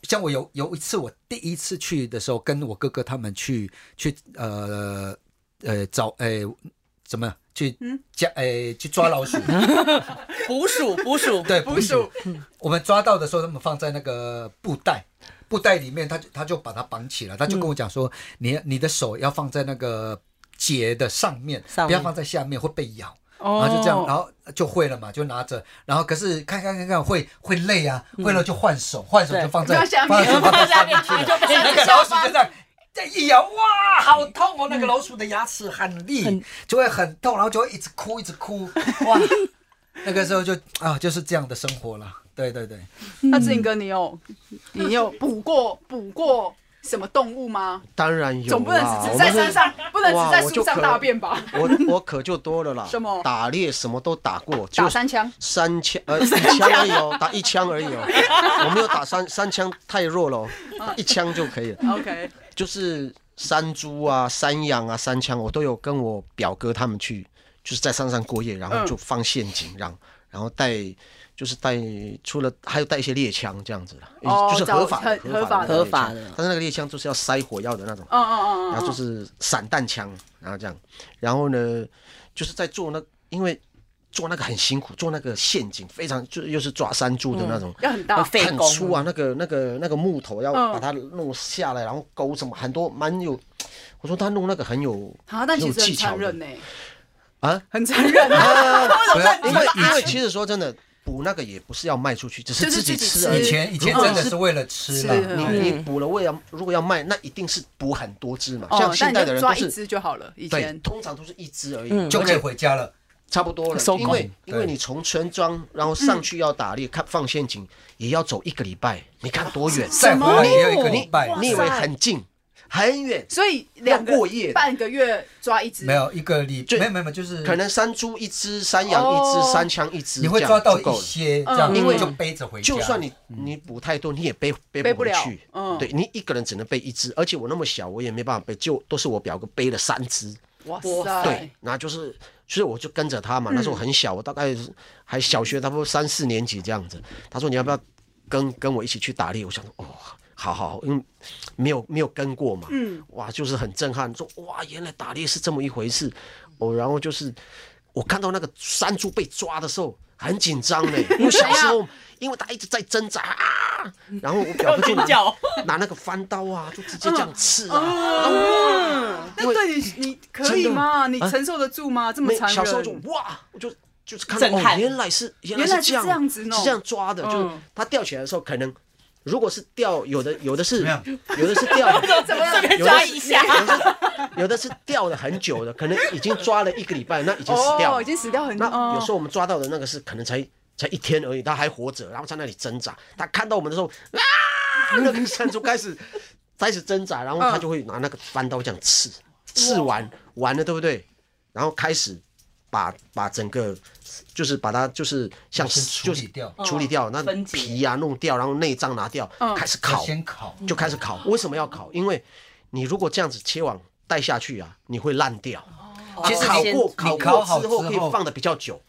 A: 像我有有一次，我第一次去的时候，跟我哥哥他们去去呃呃找呃怎么样去
C: 嗯
A: 加呃去抓老鼠，
C: [LAUGHS]
B: 捕鼠捕 [LAUGHS]
A: [LAUGHS]
B: 鼠，
A: 对
C: 捕鼠。
A: 我们抓到的时候，他们放在那个布袋。布袋里面，他就他就把它绑起来，他就跟我讲说：“你你的手要放在那个结的上面，
B: 上
A: 不要
B: 面
A: 放在下面，会被咬。”
C: 哦，
A: 然后就这样，然后就会了嘛，就拿着，然后可是看看看看会会累啊，会了就换手，换手
B: 对
A: 就放在
C: 放下面
A: 放在手放在
B: 下
A: 下
B: 面
A: 面
B: 去
A: 去
B: 了
A: 了，那个老鼠就这样。这一咬，哇，好痛哦！那个老鼠的牙齿很利，就会很痛，然后就会一直哭，一直哭，哇！ [LAUGHS] 那个时候就啊，就是这样的生活了。对对对，
C: 那志颖哥，你有你有捕过捕过什么动物吗？
D: 当
A: 啊
D: 然有啦，
C: 总不能只
D: 我
C: 在
D: 们
C: 山上，不能只在树
D: 哇我
C: 上
D: 就
C: 大便吧？
D: 我我可就多了啦，
C: 什么
D: 打猎什么都打过，就
C: 打三枪，
D: 三枪呃一枪而已哦，打一枪而已哦，我没有打三三枪太弱了哦，打一枪就可以
A: 嗯
D: 了，
C: OK，
D: 就是山猪啊、山羊啊、山枪，我都有跟我表哥他们去，就是在山上过夜，然后就放陷阱，让然后带就是带除了还有带一些猎枪这样子啦，
C: 哦
D: 就是合法的
C: 找合
D: 法的
B: 合
D: 猎
B: 法
D: 枪
B: 的
D: 但是那个猎枪就是要塞火药的那种。
C: 嗯嗯嗯嗯
D: 然后就是散弹枪，然后这样，然后呢，就是在做那，因为做那个很辛苦，做那个陷阱非常，就是又是抓山猪的那种，
C: 嗯要很
B: 要
C: 大，
B: 费
D: 很
B: 工
D: 粗啊，那个那个那个木头要
C: 嗯
D: 把它弄下来，然后勾什么，很多蛮有，我说他弄那个很有
C: 啊，但
D: 很
C: 其
D: 有
C: 实很
D: 技巧
C: 残
D: 的
C: 忍呢，
D: 啊，
C: 很残忍啊。
A: 不要
C: [LAUGHS]
D: 因为因为其实说真的，捕那个也不是要卖出去，只
C: 就是
D: 自己
C: 自己
D: 吃
C: 吃
D: 而已嗯
A: 以。前以前真的是为了吃
C: 是
A: 了，
D: 你
C: 嗯
D: 你捕了为了如果要卖，那一定是捕很多只嘛。
C: 哦
D: 像，
C: 那
D: 现
C: 你
D: 代的
C: 就
D: 人都
C: 抓一
D: 是
C: 只就好了。以
D: 对，
C: 前
D: 通常都是一只而已，
B: 嗯
A: 就可以
D: 而且
A: 回家了。
D: 差不多了
B: 收，工
D: 因为因
A: 对
D: 为
A: 嗯
D: 你从村庄然后上去要打猎、看放陷阱，也要走一个礼拜，你看多远？
A: 再回来也要一个礼
D: 你
A: 拜，
D: 你以为很近，很远，
C: 所以两个
D: 要过夜的
C: 半个月抓一只，
A: 没有一个礼，
D: 就
A: 没有没有，没有就是
D: 可能山猪一只，山羊
C: 哦
D: 一只，山枪一只，
A: 嗯你会
D: 这样
A: 抓到
D: 就够
A: 一
D: 了。
A: 些，这样
C: 嗯
A: 因为
C: 嗯
A: 就背着回家。嗯
D: 就算你你捕太多，你也背
C: 背
D: 背
C: 不
D: 不回
C: 了
D: 去。
C: 嗯
D: 对你一个人只能背一只，而且我那么小，我也没办法背，就都是我表哥背了三只。
C: 哇
B: 哇
D: 对
C: 塞，，
D: 然后就是，所以我就跟着他嘛。那时候我很小，我大概还小学，差不多三四年级这样子。他说你要不要跟跟我一起去打猎？我想说哦，好好，因为没有没有跟过嘛。
C: 嗯，
D: 哇，就是很震撼，说哇，原来打猎是这么一回事。哦，然后就是我看到那个山猪被抓的时候。很紧张呢，因为小时候，因为他一直在挣扎啊，然后我表哥就拿
B: 尖叫
D: 拿那个翻刀啊，就直接这样刺啊，然后哇因
C: 嗯那
D: 为
C: 对你你可以
D: 嗯真的
C: 吗？你承受得住吗？这么
D: 没
C: 残忍，
D: 小时候就哇，我就就是看到
B: 震撼
D: 哦，原来是原
C: 原来
D: 是
C: 是
D: 这样
C: 这样子弄
D: 是这样抓的，就是
B: 嗯
D: 它吊起来的时候，可能如果是吊，有的有的是
A: 么样
D: 有的是吊，
C: [LAUGHS] 怎么样
B: 顺？便抓一下，
D: 有的是吊了很久的，可能已经抓了一个礼拜，那已经死掉
C: 哦，
D: 了
C: 已。经死掉很多。
D: 那有时
C: 候
D: 候我们抓到的那个是可能才才一天而已，它还活着，然后在那里挣扎。它看到我们的时候，啊，那个山猪开始开始挣扎，然后它就会拿那个翻刀这样刺，刺完完了，对不对？然后开始把把整个就是把它就是像
A: 先处
D: 就
A: 理
D: 是
A: 掉
D: 处理掉，那
B: 分解
D: 皮啊弄掉，然后内脏拿掉
C: 嗯，
D: 开始
A: 要
D: 烤，
A: 先烤，
D: 就开始烤。为什么要烤？因为你如果这样子切往带下去啊，你会烂掉。
A: 其实
D: 烤
A: 你
D: 哦过
A: 你
D: 烤
A: 烤好
D: 过之后
A: 之
D: 可以
A: 后
D: 放的比较久，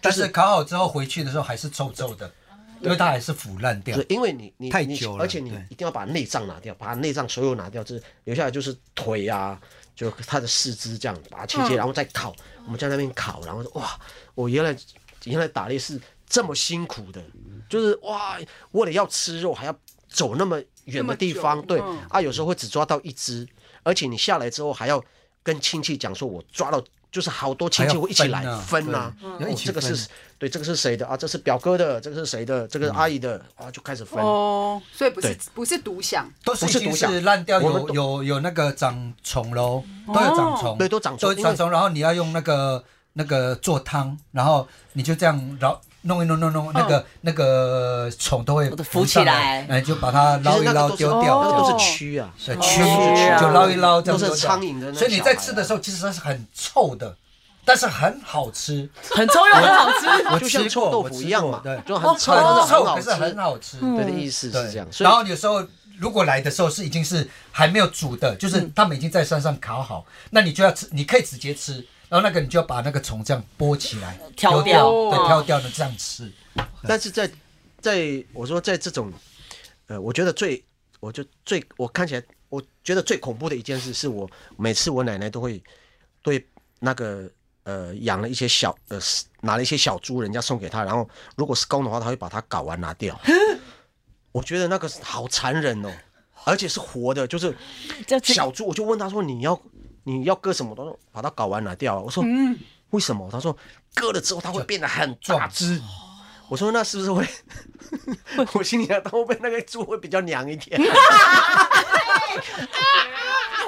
A: 但是烤好之后回去的时候还是臭臭的，因为它还是腐烂掉
D: 对，。因为你你
A: 啊太
D: 你
A: 久了
D: 而且你
A: 对
D: 一定要把内脏拿掉，把内脏所有拿掉，就是留下来就是腿啊，就它的四肢这样把它切切，然后再烤。我们在那边烤，然后说哇，我原来原来打猎是这么辛苦的，就是哇，为了要吃肉还要走那么远的地
C: 那
D: 方，
C: 么久
D: 对
C: 嗯
D: 啊，有时候会只抓到一只，而且你下来之后还要跟亲戚讲说，我抓到。就是好多亲戚会一起来
A: 还要分
D: 分
A: 啊
D: 啊，
A: 对要一
D: 哦
A: 起
D: 这个
A: 分
D: 是对，这个是谁的啊？这是表哥的，这个是谁的？
A: 嗯
D: 这个是阿姨的啊，就开始分。
C: 哦，所以不是
D: 对
C: 不是独享，
A: 都是
D: 不是
A: 已经
D: 独享
A: 是烂掉，
D: 我们
A: 有
D: 都
A: 有有那个长虫喽，都有长虫，
D: 对都长虫
A: 都有长虫。然后你要用那个那个做汤，然后你就这样绕弄一弄弄弄，那个那个虫都会
B: 我的浮
A: 上
B: 起
A: 来
B: 来，
A: 哎，就把它
D: 其
A: 捞
D: 实
A: 一
D: 那
A: 捞
D: 个都是
A: 丢
D: 那个
A: 掉，
D: 都
A: 就是
D: 蛆啊，
A: 是
B: 蛆
A: 蛆
B: 啊
A: 就捞一捞，这样
D: 都是
A: 丢掉
D: 苍蝇的那个
A: 所以你在
D: 小孩
A: 吃的
D: 啊
A: 时候，其实它是很臭的，但是很好吃。
B: 很臭又很好吃。
A: 我
D: 就
A: 吃
D: 像
A: 过
D: 臭豆
A: 我
D: 腐
A: 吃
D: 一样
A: 过
D: 嘛
A: 对，
D: 就很臭，
A: 很
D: 但是很
A: 臭，可
D: 好
A: 是很
D: 吃。
A: 好吃。嗯
D: 对的意思
A: 对
D: 是这样，所以
A: 然后有时候如果来的时候是已经是还没有煮的，
D: 嗯
A: 就是他们已经在山上烤好，那你就要吃，你可以直接吃。然后那个你就要把那个虫这样剥起来，丢
B: 挑掉
A: 对，
B: 哦
A: 挑掉的这样吃。
D: 但是在在我说在这种，呃，我觉得最，我就最我看起来，我觉得最恐怖的一件事，是我每次我奶奶都会对那个呃养了一些小呃是拿了一些小猪，人家送给她，然后如果是公的话，她会把它睾丸拿掉。我觉得那个好残忍哦，而且是活的，就是
B: [LAUGHS] 这这
D: 小猪，我就问他说你要你要割什么？他说把它睾丸拿掉啊。我说嗯，为什么？他说割了之后它会变得很大只。我说那是不是会？ [LAUGHS] 我心里想，它会不会那个猪会比较娘
C: [LAUGHS]
D: 一点？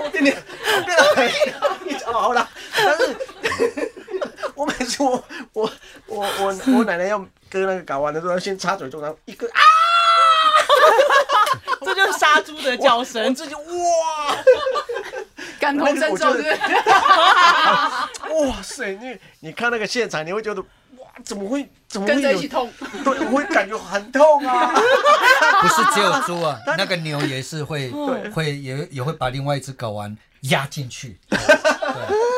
D: 我变得变得很你长好了，但是我每次我我我我我奶奶要割那个睾丸的时候，她先插嘴中，然后一割啊，
B: 这就是杀猪的叫
D: 我
B: 声，
D: 自己哇。
C: 感同身受，是不
D: 那个我觉得
C: 是？
D: 哇塞，那你看那个现场，你会觉得哇，怎么会怎么会
C: 跟着一
D: 有
C: 起痛，
D: 对，我会感觉很痛啊。
C: [LAUGHS]
A: 不是只有猪
D: [LAUGHS]
A: 啊，那个牛也是会会也也会把另外一只睾丸压进
D: [LAUGHS]
A: 去，对，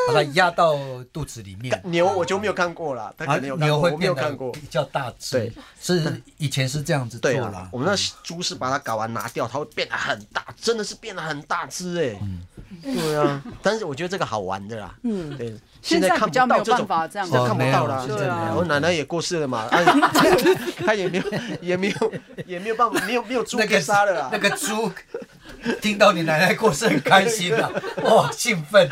A: 把它压到肚子里面。
D: 牛我就没有看过了，他
A: 啊，
D: 肯定有看
A: 牛
D: 过，
A: 会
D: 我没
A: 变
D: 有
A: 得
D: 看过
A: 比。较大只
D: 对，
A: 是以前是这样子做嗯
D: 对
A: 啦
D: 啊，。我们那猪是把它睾丸拿掉，它会变得很大，真的是变得很大只哎、
A: 嗯
D: 对啊，但是我觉得这个好玩的啦。嗯，对，现
C: 在
D: 看
C: 比较
D: 不
C: 没
D: 到
C: 有
D: 这
C: 办
D: 种
C: 法这样
D: 现在看不到
A: 哦
D: 啦
A: 没有
C: 对啊
D: 然后奶奶也过世了嘛，哎， [LAUGHS] 她也没有，也没有，也没有办法，没有没有猪
A: 那
D: 可以
A: 个
D: 杀了啦啊
A: 那。个猪听到你奶奶过世很开心
D: [LAUGHS]
A: 的、哇，兴奋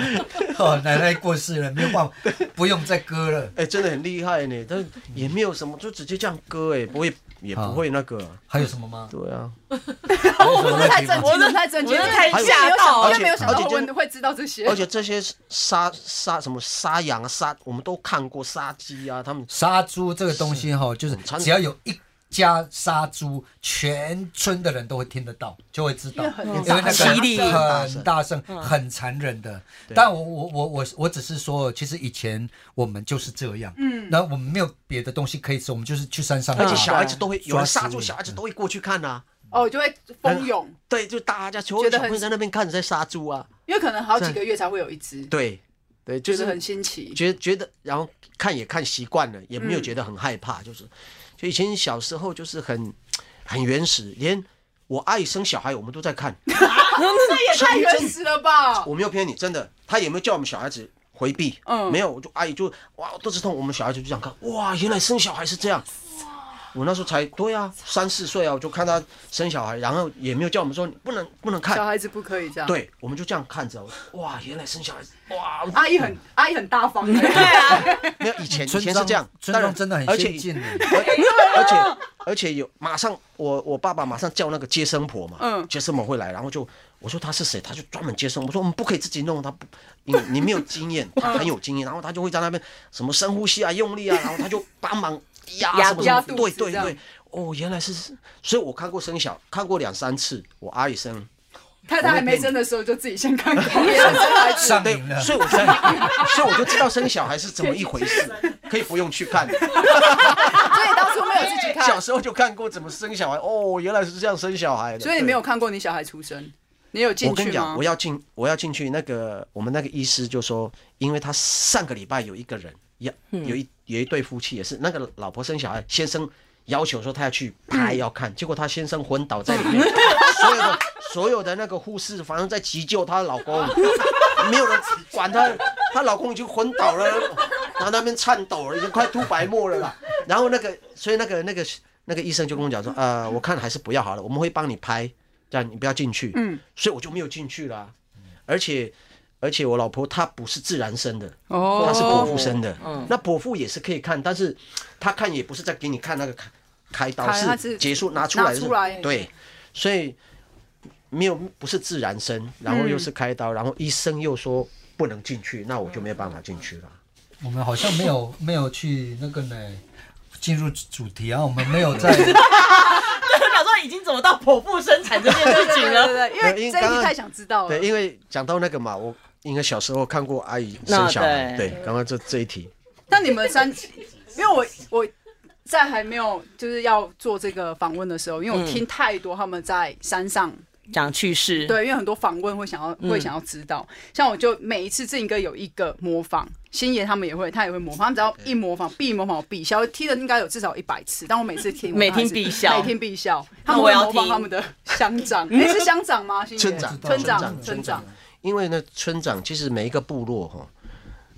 A: 哦，奶奶过世了，没有办法，不用再割了。
D: 哎、真的很厉害呢，但也没有什么，就直接这样割，哎，不会，也不会那个，
A: 还有什么吗？
D: 对啊，
A: 我
C: [LAUGHS] 我真的太震惊
B: 我真
C: 了，
B: 的
C: 太震惊了，
B: 我真的太
C: 因为
B: 吓
C: 没有
B: 到
C: 想
B: 了
C: 因为没有想到
D: 而且而且
C: 我会知道这些，
D: 而且这些杀杀什么杀羊啊杀，我们都看过杀鸡啊，他们
A: 杀猪这个东西哈，就是
D: 常
A: 只要有一家杀猪，全村的人都会听得到，就会知道，
C: 因为很
A: 因为那个
B: 很犀利
A: 很大声、
C: 嗯
A: 很残忍的。但我我我我我只是说，其实以前我们就是这样，嗯，那我们没有别的东西可以吃，我们就是去山上打，
D: 而且小孩子都会有
A: 抓
D: 人杀
A: 食
D: 猪，
A: 物
D: 小孩子都会过去看啊，
C: 哦，就会蜂拥，
D: 对，就大家求
C: 觉得
D: 小
C: 很
D: 朋友在那边看你在杀猪啊，
C: 因为可能好几个月才会有一只，
D: 对，对，就
C: 就是
D: 是
C: 很新奇。
D: 觉觉得，然后看也看习惯了，也没有觉得很害怕，就是，就以前小时候就是很很原始，连我阿姨生小孩我们都在 [LAUGHS] 看，
C: 这也太原始了吧！
D: 我没有骗你，真的，他也没有叫我们小孩子回避，
C: 嗯
D: 没有，我就阿姨就哇肚子痛，我们小孩子就这样看，哇，原来生小孩是这样。我那时候才对啊，三四岁啊，我就看他生小孩，然后也没有叫我们说你不能不能
C: 小
D: 看，
C: 孩子不可以这样。，
D: 对，我们就这样看着，哇，原来生小
C: [LAUGHS]
D: 孩，哇，
C: 阿姨很阿姨很大方
D: 嗯
C: 的，
D: 没有以前以
A: 村
D: 前
A: 庄
D: 是这样，
A: 村
D: 当
A: 庄
D: 然
A: 真的很
D: 而
A: 先
D: 且
A: 进
C: [LAUGHS]
A: 呢
C: 哎
D: 而而且而且有马上我我爸爸马上叫那个接生婆嘛，
C: 嗯
D: 接生婆会来，然后就我说他是谁，他就专门接生，我说我们不可以自己弄，他不，你你没有经验，
C: 嗯
D: 他很有经验，然后他就会在那边什么深呼吸啊，用力啊，然后他就
C: [LAUGHS]
D: 帮忙压
B: 压
D: 什么
C: 压
D: 什么
C: 肚
D: 对
C: 子
D: 对
C: 这样
D: 对，哦，原来是，所以我看过生小，看过两三次，我阿姨生，
C: 太太还没生的时候就自己先看
D: [LAUGHS]
C: 看别人生孩子。
A: 上
D: 对
A: 瘾了，，
D: 所以我就 [LAUGHS] 所以我就知道生小孩是怎么一回事，可以不用去看。
C: [LAUGHS] 所以当初没有自己
D: 小
C: 看，
D: 时候就看过怎么生小孩，哦，原来是这样生小孩的。
C: 所以你没有看过你小孩出生，你有
D: 对。
C: 进
D: 我跟
C: 去
D: 你
C: 吗
D: 讲，我？要进，我要进去。那个我们那个医师就说，因为他上个礼拜有一个人，要
C: 嗯
D: 有一有一对夫妻也是，那个老婆生小孩，先生要求说他要去
C: 嗯
D: 拍要看，结果他先
C: [LAUGHS] [LAUGHS]
D: 生昏倒在里面，所有的所有的那个护士反正在急救她的老公，没有人管她，她老公已经昏倒了，然后那边颤抖了，已经快吐白沫了啦。然后那个，所以那个那个那个医生就跟我讲说，呃，我看还是不要好了，我们会帮你拍，这样你不要进去。
C: 嗯，
D: 所以我就没有进去啦、而且而且我老婆她不是自然生的，
C: 哦
D: 她是剖腹生的。
B: 嗯
D: 那剖腹也是可以看，但是她看也不是在给你看那个开开刀，
C: 开她是
D: 结束拿出来的
C: 拿出来
D: 对，所以没有不是自然生，然后又是开刀，然后医生又说不能进去，那我就没有办法进去了。
A: 我们好像没有没有去那个呢，进入主题啊，我们没有在
B: 我想说已经怎么到剖腹生产这件事
C: 对
B: 情
C: 对
B: 了？
C: 对，因为这一题太想知道了
D: 对，。因为讲到那个嘛，我应该小时候看过阿姨生小孩，
B: 那
D: 对
B: 对，
D: 刚刚这这一题，
C: 那你们三，因为我我在还没有就是要做这个访问的时候，因为
D: 嗯
C: 我听太多他们在山上
B: 讲去世，
C: 对，因为很多访问会想要会想要知道，像我就每一次志颖哥有一个模仿，星爷他们也会，他也会模仿，他们只要一模仿必模仿我必笑，我踢了应该有至少一百次，但我每次听我
B: 每
C: 都还
B: 听
C: 是
B: 必笑
C: 每听必笑，
B: 那
C: 他们
B: 我
C: 会
B: 要
C: 模仿
B: 听
C: 他们的乡长，你是乡长吗？星爷
D: 村长
C: 村
D: 村
C: 长，
D: 长村
C: 村
D: 长
C: 长，
D: 因为呢，村长其实每一个部落哈，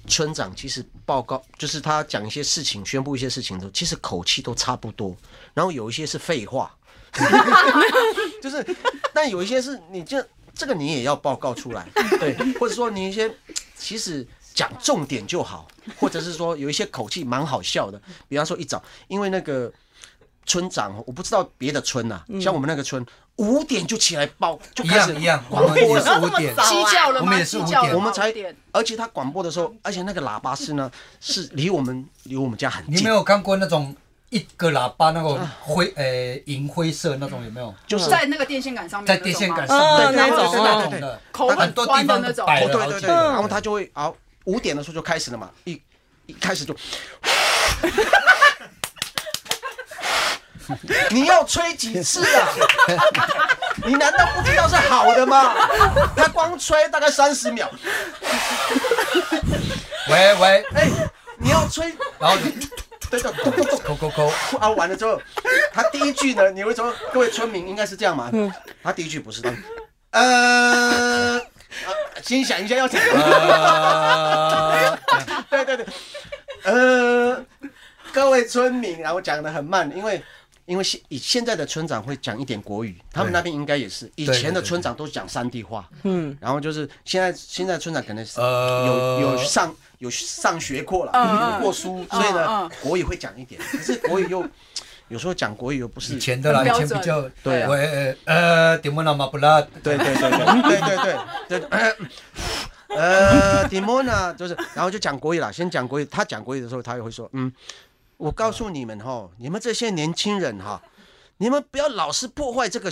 D: 村长其实报告就是他讲一些事情，宣布一些事情的时候，其实口气都差不多，然后有一些是废话，就是， [LAUGHS] 但有一些是你这这个你也要报告出来， [LAUGHS] 对，或者说你一些其实讲重点就好，或者是说有一些口气蛮好笑的，比方说一早，因为那个。村长，我不知道别的村呐、像我们那个村，五点就起来报，就
A: 一
D: 开始
A: 样一样，我
D: 广
A: 们
D: 播
A: 也
D: 了
A: 是
B: 然后
A: 五
B: 这么
A: 点
B: 早，
C: 鸡叫了
A: 我们
C: 吗？
A: 也是
C: 鸡
A: 五
C: 叫了
A: 点
C: 吗
D: 我们才
C: 五点，
D: 而且他广播的时候，而且那个喇叭是呢，是离我们离我们家很
A: 你没
D: 近，
A: 有看过那种一个喇叭那个灰呃银灰色那种有没有？
D: 就是
C: 在那个电线杆上面
A: 在
C: 那种吗，
A: 电线杆上
B: 哦
A: 面
B: 那
A: 对
B: 种
A: 对
B: 哦
A: 对对对
C: 口
A: 很
C: 很
A: 多
C: 宽
A: 地方
C: 的那
A: 都
C: 种，
A: 摆
D: 哦，
A: 了
D: 对
A: 好
D: 对
A: 几
D: 对，
A: 个
D: 然后他就会啊，五点的时候就开始了嘛，一一开始就，你要吹几次啊？你难道不知道是好的吗？他光吹大概三十秒，
A: 喂喂，
D: 哎，你要吹，
A: 然后
D: 等等，咚咚咚。
A: 扣扣扣，
D: 啊，完了之后，他第一句呢，你会说各位村民应该是这样嘛？
C: 嗯
D: 他第一句不是，他呃，呃先想一下要怎么，
A: 呃，
D: 对对对，呃，各位村民，然后讲的很慢，因为。因为现以现在的村长会讲一点国语，他们那边应该也是。以
A: 对
D: 前的
A: 对对
D: 村长都讲山地话，
B: 嗯，
D: 然后就是现在现在村长可能是有
A: 呃
D: 有上有上学过了，
C: 嗯
D: 读过书，所以呢
C: 嗯
D: 国语会讲一点，可是国语又有时候讲国语又不是
A: 以前的啦，
C: 很
A: 以
C: 标
A: 前
C: 准
A: 比较
D: 对啊
A: 喂呃，点么那么不啦？ [LAUGHS]
D: 对对对对对对对对。呃，Dimona 就是，然后就讲国语啦，先讲国语。他讲国语的时候，他也会说，嗯，我告诉你们哈，你们这些年轻人哈，你们不要老是破坏这个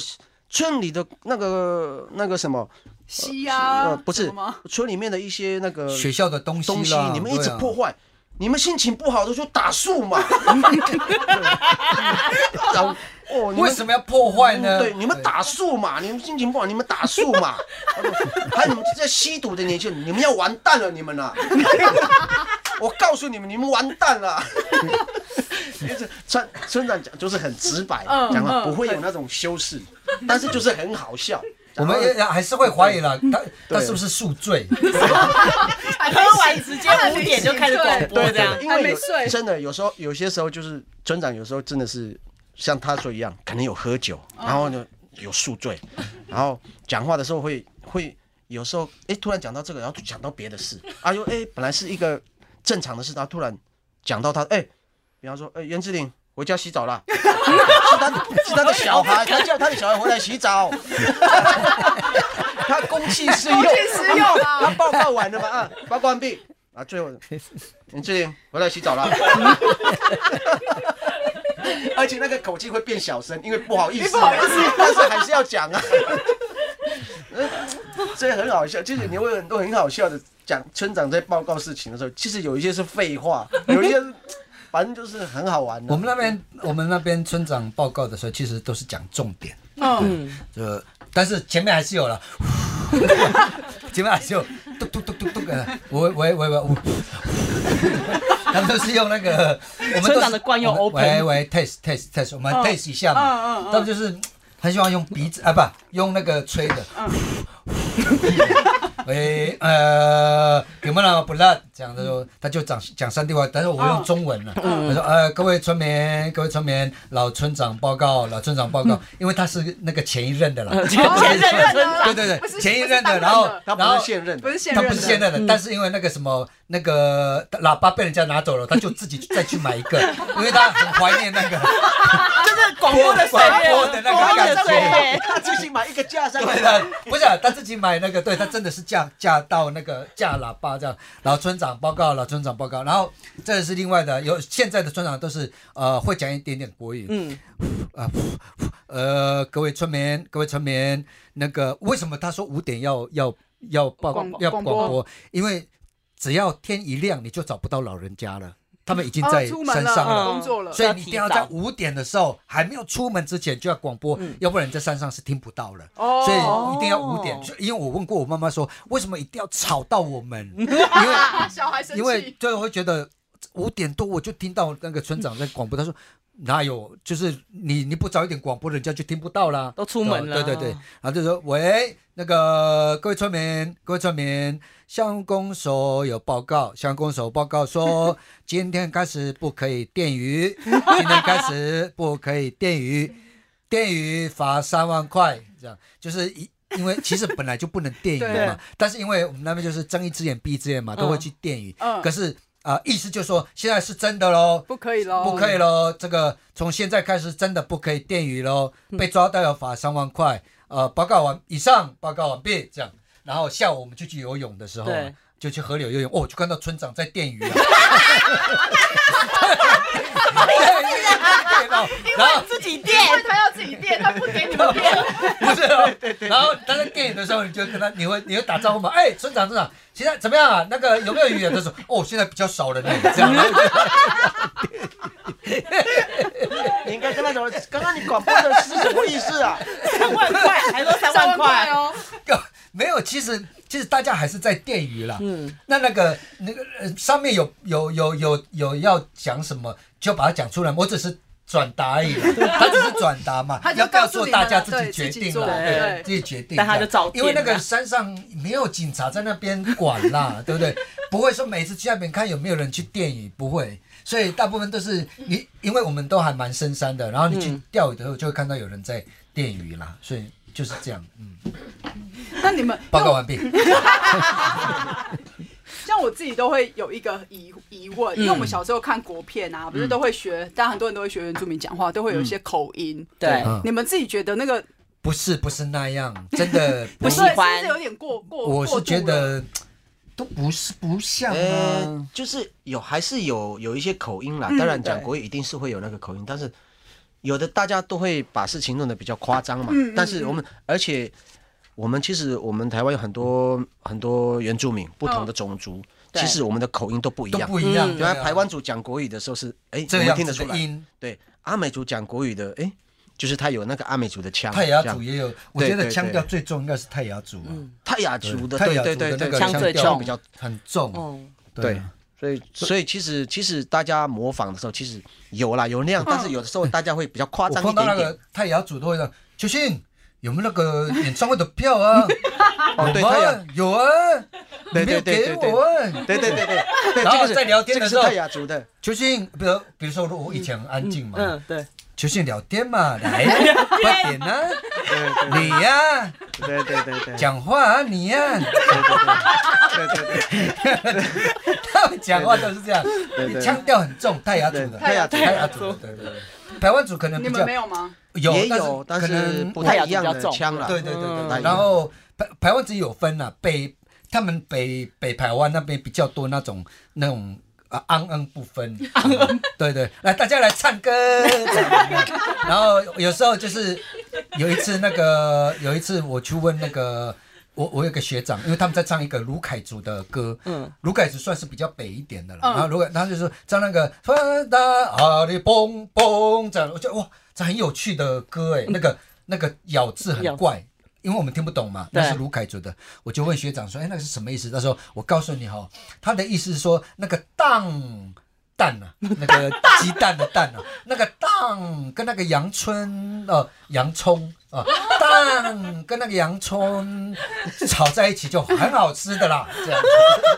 D: 村里的那个那个什么，
C: 吸
D: 呃，
C: 呀，
D: 不
C: 啊什
D: 是
C: 么
A: [LAUGHS]
C: 吗？
D: 村里面的一些那个
A: 学校的东西
D: 东西
A: 啦，，
D: 你们一直
A: 对啊
D: 破坏。你们心情不好的时候就打
A: [LAUGHS]
D: 树嘛， [LAUGHS] 然后哦，你
A: 为
D: 们
A: 什么要破坏呢？
D: 嗯
A: 哎
D: 对，你们打树嘛，你们心情不好，你们打树
A: [LAUGHS]
D: 嘛。还有你们这些吸毒的年轻人，你们要完蛋了，你
A: [LAUGHS]
D: 们呐、我告诉你们，你们完蛋了。 [LAUGHS] 就是村村长讲，就是很直白，
C: 嗯
D: 讲话
C: 嗯
D: 不会有那种修饰，但是就是很好笑。
A: 我们也还是会怀疑了，他他是不是宿醉？
C: 哎
B: 喝完直接五点就开始广播这样
D: 对，因
C: 还
D: 为
C: 没
D: 有
C: 睡
D: 真的有时候有些时候就是村长，有时候真的是像他说一样，可能有喝酒，
C: 哦
D: 然后呢有宿
C: [LAUGHS]
D: 醉，然后讲话的时候会会有时候哎突然讲到这个，然后就讲到别的事，啊又哎本来是一个正常的事，他突然讲到他哎，比方说哎袁志玲。回家洗澡 [LAUGHS] 啦，是他是他的小孩，他叫他的小孩回来洗 [LAUGHS] 澡，他公器私用，
C: 公器私用啊
D: 他报告完了嘛啊，报告完毕啊，
A: [LAUGHS]
D: 最后你志玲回来洗澡了。 [LAUGHS] 而且那个口气会变小声，因为不好意思，
C: 不好意思，
D: 但是还是要讲啊。 [LAUGHS] 嗯所以很好笑，其实你会有很多很好笑的讲村长在报告事情的时候，其实有一些是废话，有一些是反正就是很好玩的。
A: 我们那边我们那边村长报告的时候，其实都是讲重点，
C: 嗯，
A: 呃，但是前面还是有了， [LAUGHS] 前面还是有嘟嘟嘟嘟嘟个，喂喂喂喂，我 [LAUGHS] 他们都是用那个我们都是
B: 村长的惯用
A: 我们
B: open
A: 喂喂 test test test，我们 test 一下
C: 嗯嗯
A: 嘛
C: 嗯，
A: 他们就是很喜欢用鼻子啊，不用那个吹的，哎呃，有没有那么不烂？这样他说，他就讲讲山地话，但是我
C: 哦
A: 用中文了。他说呃，各位村民，各位村民，老村长报告，老村长报告，因为他是那个前一任的啦，
B: 前任的村长
A: 对对
C: 不是
A: 对，前一任
C: 不是
A: 的，
C: 当
A: 然后
C: 任的
D: 他
A: 然
D: 不
A: 后
D: 是现任
C: 不
D: 的，
C: 是现
A: 他
C: 任的，
A: 不是现任的，但是因为那个什么那个喇叭被人家拿走了，他就自己再去买一个，因为他很怀念那个
B: 就是广播的岁月，
A: 广播的那个
B: 广播的岁
A: 感
B: 月，
D: 他自己买一个架上
A: 对的，不是啊他自己买那个，对他真的是架架到那个架喇叭这样。老村长报告，老村长报告。然后这是另外的，有现在的村长都是呃会讲一点点国语，
B: 嗯，
A: 啊、呃，各位村民，各位村民，那个为什么他说五点要要要报
C: 广
A: 要
C: 广
A: 广
C: 播
A: 播？因为只要天一亮，你就找不到老人家了，他们已经
C: 哦
A: 在
C: 出门
A: 山
C: 了
A: 上
B: 嗯
A: 了。
C: 工作了，
A: 所以你一定要在
B: 要提
A: 五点的时候还没有出门之前就要广播，
B: 嗯
A: 要不然你在山上是听不到了。
C: 哦
A: 所以一定要五点
B: 哦，
A: 所以因为我问过我妈妈说，为什么一定要吵到我
C: [LAUGHS]
A: 们？因为
C: 啊小孩生
A: 因为
C: 气，
A: 就会觉得五点多我就听到那个村长在广播，他说哪有，就是你你不早一点广播，人家就听不到啦。
B: 都出门了，
A: 哦对对对，然后就说喂，那个各位村民，各位村民，乡公所有报告，乡公所报告
B: [LAUGHS]
A: 说，今天开始不可以电鱼，今天开始不可以电鱼，电鱼罚三万块，这样就是一。因为其实本来就不能电鱼
B: [LAUGHS] 对
A: 嘛，但是因为我们那边就是睁一只眼闭一只眼嘛，都会去电鱼。
C: 嗯
A: 可是啊、呃意思就是说现在是真的喽，
C: 不可以喽，
A: 不可以喽，这个从现在开始真的不可以电鱼喽，被抓到要罚三万块。呃，报告完以上，报告完毕，这样。然后下午我们就去游泳的时候啊
B: 对，
A: 就去河流游泳，哦，就看到村长在电鱼啊。对然后然后
B: 自己垫，
C: 因为他要自己垫，他不给你
A: [LAUGHS]
C: 们垫，
A: 不是哦，然后他在电影的时候，你就跟他，你会你会打招呼嘛？哎，村长村长，现在怎么样啊？那个有没有鱼啊？他说哦，现在比较少了呢，这样。然后
D: 你应该跟他讲，刚刚你广播的是什么意思啊？
B: 三万块，还说三万块，
C: 哦，
A: 就 [LAUGHS] 没有，其实其实大家还是在电鱼啦。
B: 嗯，
A: 那那个那个、呃、上面有有有有有要讲什么，就把它讲出来。我只是转达而已啦，他只是转达嘛
C: 他，就
A: 要
C: 告
A: 告
C: 诉
A: 诉
C: 你们
A: 大家
C: 对
A: 自己决
C: 自己
A: 定
C: 做
A: 啦，
B: 对
A: 对，自己决定这
B: 但
A: 样。
B: 他就照
A: 因为那
B: 电
A: 个
B: 啦
A: 山上没有警察在那边管啦，对不对？不会说每次去那边看有没有人去电鱼，不会。所以大部分都是你，因为我们都还蛮深山的，然后你去
B: 嗯
A: 钓鱼的时候就会看到有人在电鱼啦，所以就是这样。嗯，
C: 那你们
A: 报告完毕。
C: 像我自己都会有一个疑疑
A: 嗯
C: 问，因为我们小时候看国片啊，不是都会学，当然很多人都会学原住民讲话，都会有一些口音。
B: 对，
A: 嗯
C: 你们自己觉得那个
A: 不是不是那样，真
D: [LAUGHS]
A: 的
B: 不
A: 是
B: 喜欢
C: 是不是有点过过？
A: 我
C: 过
A: 是
C: 度
A: 觉
C: 了
A: 得都不是不像
D: 呃
A: 啊。，
D: 就是有还是有有一些口音啦，当然讲国语一定是会有那个口音，但是有的大家都会把事情弄得比较夸张嘛。
C: 嗯嗯
D: 但是我们而且我们其实我们台湾有很多很多原住民，不同的种族，
B: 对
D: 其实我们的口音都不一
A: 都
D: 样。
A: 不一样
B: 嗯。
A: 对
D: 原
A: 啊
D: 来台湾族讲国语的时候是，哎，我
A: 这
D: 们
A: 样
D: 听得
A: 子
D: 出
A: 的
D: 来。
A: 音，
D: 对，阿美族讲国语的，哎，就是他有那个阿美族的腔，
A: 泰雅
D: 这样
A: 族也有，我觉
D: 对
A: 得
D: 对
A: 腔
D: 对
A: 调最重应该是泰雅族啊，
B: 嗯，
D: 泰雅族的，
A: 泰
D: 对
A: 雅
D: 对
A: 族的那
D: 对对
A: 个
D: 对，
B: 腔最
A: 调
B: 重
D: 比较
A: 很重。
B: 哦，
A: 对啊，
D: 所以所以其实其实大家模仿的时候，其实有啦有那样，但是有的时候大家会比较夸
A: 嗯我
D: 张
A: 碰
D: 一
A: 到那
D: 点点
A: 个。泰雅族都会说：“秋信，有没有那个演唱会的票
D: [LAUGHS]
A: 啊？
D: 哦，对，
A: 有
D: 泰雅
A: 啊，，有啊，
D: 对
A: 你没有
D: 对对
A: 给
D: 对
A: 我啊。
D: 对对
A: [LAUGHS]
D: 对对，对
A: 然后
D: 这个是
A: 在聊天的
D: 这个
A: 时
D: 是
A: 候
D: 泰雅族的，”
A: 秋信，比如比如说，如果我以前很安静嘛，
B: 嗯，对，
A: 秋信聊天
D: [LAUGHS]
A: 嘛，来，快点啊，你呀、
D: 对对对对对，
A: 讲话啊，你
D: [LAUGHS]
A: 呀、
D: 对对对
A: 他们讲话都是这样，
D: 对对
A: 腔调很重，泰雅族
D: 对，
A: 的，
D: 泰雅族
A: 泰雅族的，对对对，台湾族可能
C: 你
A: 比
C: 们
A: 较
C: 没有吗？
A: 有，
D: 也有，但
A: 可
D: 是
A: 能
D: 不
A: 对
D: 太一样
B: 泰雅族比
D: 的
B: 较重
D: 腔啦。
A: 对对
B: 嗯
A: 对
D: 泰雅
A: 对，
D: 族
A: 然后台台湾族有分呐，北他们北北台湾那边比较多那种那种。啊，昂昂不分，对对，来大家来唱歌，
D: [LAUGHS]
A: 然后有时候就是有一次那个有一次我去问那个我我有个学长，因为他们在唱一个卢凯族的歌，
B: 嗯，
A: 卢凯族算是比较北一点的了。
C: 嗯
A: 然后卢凯，他就说唱那个哒哒啊的嘣嘣这样，我觉得哇，这很有趣的歌哎，那个那个咬字很怪。因为我们听不懂嘛，
B: 对
A: 那是卢凯族的，我就问学长说：“哎，那个是什么意思？”他说：“我告诉你哈、哦，他的意思是说那个当蛋 [LAUGHS] 啊，那个鸡蛋的蛋啊，那个蛋跟那个洋春呃洋葱啊、蛋跟那个洋葱炒在一起就很好吃的啦，这样子，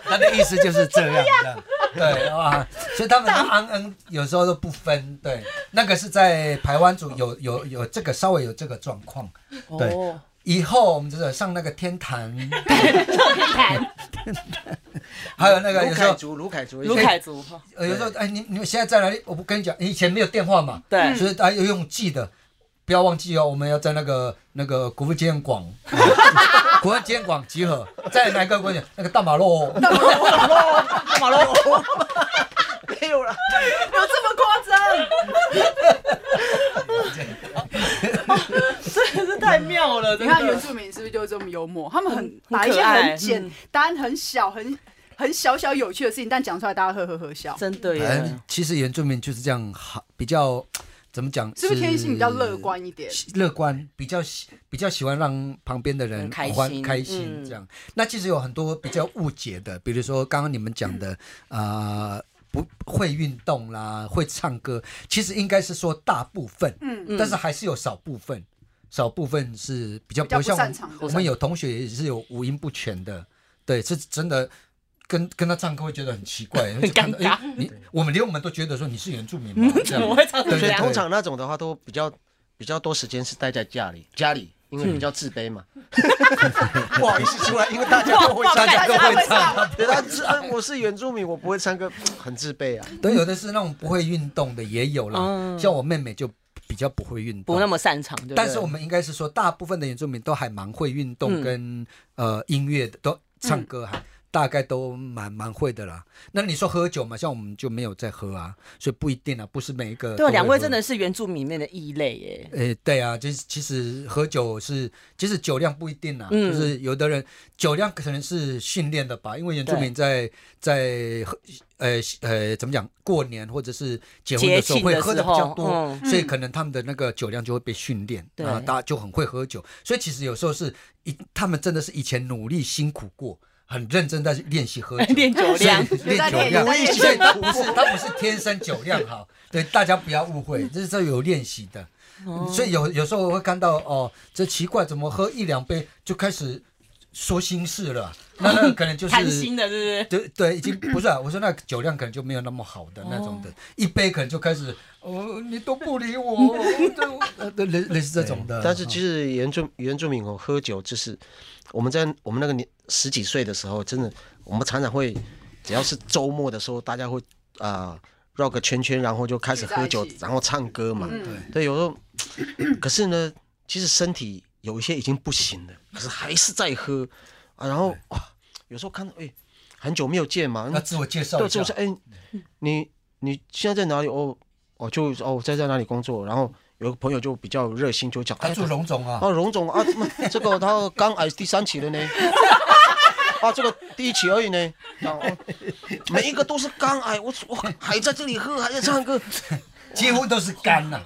A: 他的意思就是这样的，对哇，所以他们的安恩有时候都不分，对，那个是在台湾组有有有这个稍微有这个状况，对
B: 哦，
A: 以后我们就是上那个天坛，
B: 凯
A: [LAUGHS] 还有那个有
D: 卢
A: 时候
D: 凯族，卢凯族，
B: 卢凯族，
A: 呃，有时候哎，你你们现在在哪里？我不跟你讲，以前没有电话嘛，嗯
B: 对
A: 所以大家要用记的，不要忘记哦，我们要在那个那个国父纪念
C: [LAUGHS]
A: 馆，呃国父纪念馆集合，在哪个国家？那个大马路哦，
B: 马龙，
D: [LAUGHS] 没有了。
C: 有这么夸张？
B: 真的是太妙了，
C: 你
B: 真
C: 看原
B: 的。
C: 住民是不是就这么幽默？他们很
B: 很
C: 把一
B: 可
C: 些
B: 爱
C: 很简
B: 嗯
C: 单、很小、很很小小有趣的事情，但讲出来大家呵呵呵笑。
B: 真的
A: 反正
B: 耶，
A: 哎其实原住民就是这样，好比较怎么讲？
C: 是不是天性比较乐？观一点？
A: 乐观，比较喜比较喜欢让旁边的人哦
B: 嗯开
A: 欢
B: 心
A: 开心
B: 嗯
A: 这样。那其实有很多比较误解的，比如说刚刚你们讲的，呃，不会运动啦，会唱歌，其实应该是说大部分，
C: 嗯
A: 但是还是有少部分，少部分是比较
C: 比较
A: 不
C: 不
A: 像
C: 擅长的
A: 我们有同学也是有五音不全的，对，是真的。跟跟他唱歌会觉得很奇怪，
D: [LAUGHS]
A: 很
B: 尴尬
A: 你我们连我们都觉得说你是原住民吗？这
B: 怎
A: 样
B: 么会唱成
A: 对
B: 这
D: 所
A: 对
D: 以
B: 样？
D: 通常那种的话，都比较比较多时间是待在家里，家里因为比较自卑
A: 嗯
D: 嘛，不好意思出来，因为大家哎都会
A: 大
D: 唱
A: 家都
D: 歌。
A: 会唱，
D: 对，他自啊我是原住民，我不会唱歌，很自卑啊。
A: 对，有的是那种不会运动的也有啦，
B: 嗯
A: 像我妹妹就比较不会运动。
B: 不那么擅长，对不对
A: 但是我们应该是说，大部分的原住民都还蛮会运动
B: 嗯
A: 跟、呃音乐的，都唱歌还、大概都蛮蛮会的啦。那你说喝酒嘛，像我们就没有在喝啊，所以不一定啊，不是每一个。
B: 对两位真。的是原住民里面的异类耶，
A: 诶，对啊，就是其实喝酒是，其实酒量不一定啊，
B: 嗯
A: 就是有的人酒量可能是训练的吧，因为原住民在在喝，呃呃怎么讲，过年或者是结婚的时候
B: 节庆的
A: 会喝的比
B: 时
A: 较
B: 候
A: 多，
B: 嗯
A: 所以可能他们的那个酒量就会被训练，
B: 对
A: 啊，大家就很会喝酒，所以其实有时候是以他们真的是以前努力辛苦过。很认真在练习喝酒，
B: [LAUGHS] 练酒
A: [LAUGHS]
B: 量
A: 所以
C: 有在
A: 练酒
C: 练
A: 量，
C: 有在练
A: 所以他不是他不是天生酒量好，对大家不要误会，这是这有练习的。
B: 哦
A: 所以有有时候我会看到哦，这奇怪，怎么喝一两杯就开始说心事了？那那个可能就
B: 贪
A: 是
B: 心的，对
A: [LAUGHS] 对对，已经不是啊。我说那个酒量可能就没有那么好的那种
B: 哦
A: 的，一杯可能就开始哦，你都不理我，我都呃对类类似这种的。嗯
D: 但是其
A: 实
D: 实原住原住民哦，喝酒就是我们在我们那个年十几岁的时候，真的我们常常会，只要是周末的时候，大家会啊、呃绕个圈圈，然后就开始喝酒
C: 聚在一，起
D: 然后唱歌嘛。
C: 嗯
A: 对，
D: 对，有时候， [CLEARS THROAT] 可是呢，其实身体有一些已经不行了，可是还是在喝啊。然后哇，有时候看到哎，很久没有见嘛，
A: 要自我介绍
D: 对，
A: 一下
D: 就是，哎，你你现在在哪里？哦，我就哦在在哪里工作。然后有个朋友就比较热心，就讲，
A: 他
D: 哎，
A: 住荣总啊，
D: 啊，荣总啊，怎么这个他刚癌第三期了呢。啊，这个第一期而已呢，然后每一个都是肝癌，我我还在这里喝，还在唱歌，
A: 几乎都是干呐，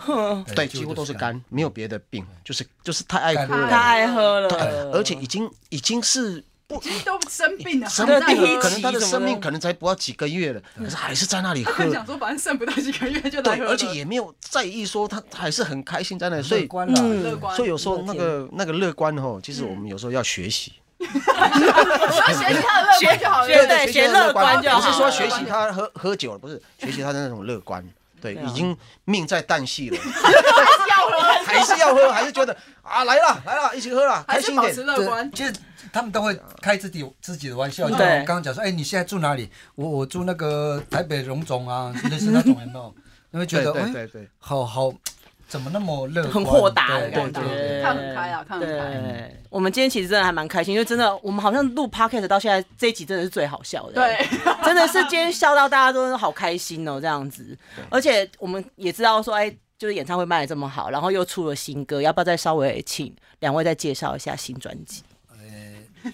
D: 对，几乎都是。肝，没有别的病，就是就是太爱喝
B: 不对？
D: 了，
B: [LAUGHS]
C: 太
B: 太喝了
D: 对，而且已经已经是不
C: 其实都生病了，
D: 生
C: 还
D: 病
C: 在喝
B: 对第一期
D: 了，可能他的
B: 什么
D: 生命
B: 的
D: 可能才不到几个月了，可是还是在那里
C: 他
D: 喝
C: 跟，讲说，反正剩不到几个月 [LAUGHS] 就来
D: 对，
C: 喝了，
D: 而且也没有在意说他还是很开心在那里，所
A: 乐
D: 以
A: 观了，
B: 嗯
C: 乐观。 [LAUGHS]
D: 所以有时候那个那个乐观吼，其实我们有时候要学习，
C: 要学习他的乐观就好了。
B: 学
C: 对
B: 对学乐观就好
D: 不是说学习他喝喝酒了，不是学习他的那种乐观。对，
B: 对啊
D: 已经命在旦夕了，
C: 要了，
D: 还是要喝，还是觉得啊，来了来了，一起喝了，
C: 还
D: 开
C: 是
D: 心一
C: 保
D: 点
C: 持。 [LAUGHS] 乐观。
A: 就是他们都会开自己自己的玩笑，就
B: 对
A: 像我刚刚讲说，哎，你现在住哪里？我我住那个台北荣总啊，类似那种有没有？你会觉
D: 对
A: 得，
D: 对
A: 哎，
D: 对对，
A: 好好，怎么那么乐观，
B: 很豁达
A: 对
B: 的
A: 对
B: 感
A: 对对
B: 觉，
C: 看很开啊看很开
B: 对，我们今天其实真的还蛮开心，因为真的我们好像录 podcast 到现在这一集真的是最好笑的，
C: 对，
B: 真的是今天笑到大家都好开心哦，这 [LAUGHS] 样子。而且我们也知道说，哎，就是演唱会卖的这么好，然后又出了新歌，要不要再稍微请两位再介绍一下新专辑？
A: 哎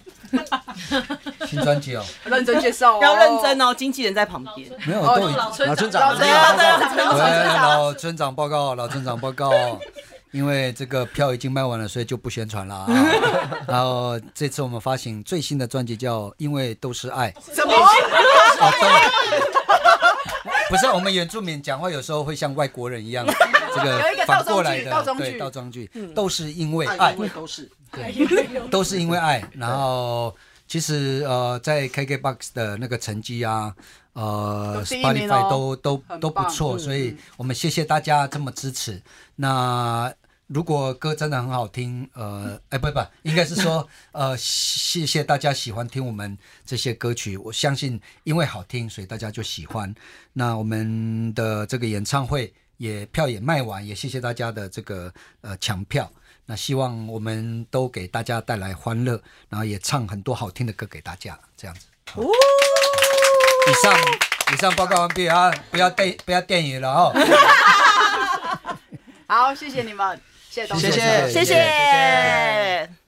A: 新专辑哦，
C: 认真介
D: [LAUGHS]
C: 绍哦，
B: 要认真哦，经纪人在旁边。
A: 没有
C: 哦。
A: 都已经。
D: 老村
C: 老
D: 长，
C: 村
B: 啊
C: 长，
B: 对啊
C: 老村长，
A: 喂，
C: 老村长，
A: 老村长报告，老村长报告，因为这个票已经卖完了，所以就不宣传了啊。然后这次我们发行最新的专辑叫《因为都是爱》，
C: 怎么？
A: 哦，对， [LAUGHS] 不是我们原住民讲话有时候会像外国人一
C: [LAUGHS]
A: 样，这个
C: 有一个
A: 反
C: 倒装句
A: 过来的，
C: 倒装句嗯
A: 对，倒装句，都是因为
D: 爱
A: 爱
D: 因，为都是
C: [LAUGHS]
A: 都是因为爱。然后其实呃，在 KKBOX 的那个成绩啊，呃
C: 都第一名哦
A: ，Spotify 都都
C: 很棒
A: 都不错，
C: 嗯
A: 所以我们谢谢大家这么支持。那如果歌真的很好听，呃，哎，不不，应该是
C: [LAUGHS]
A: 说，呃，谢谢大家喜欢听我们这些歌曲。我相信，因为好听，所以大家就喜欢。那我们的这个演唱会也票也卖完，也谢谢大家的这个呃抢票。那希望我们都给大家带来欢乐，然后也唱很多好听的歌给大家，这样子。以上以上报告完毕啊，不要电不要电影了哦。
C: [LAUGHS] 好，谢谢你们，谢谢东
A: 谢
C: 西。
A: 谢谢
B: 谢谢。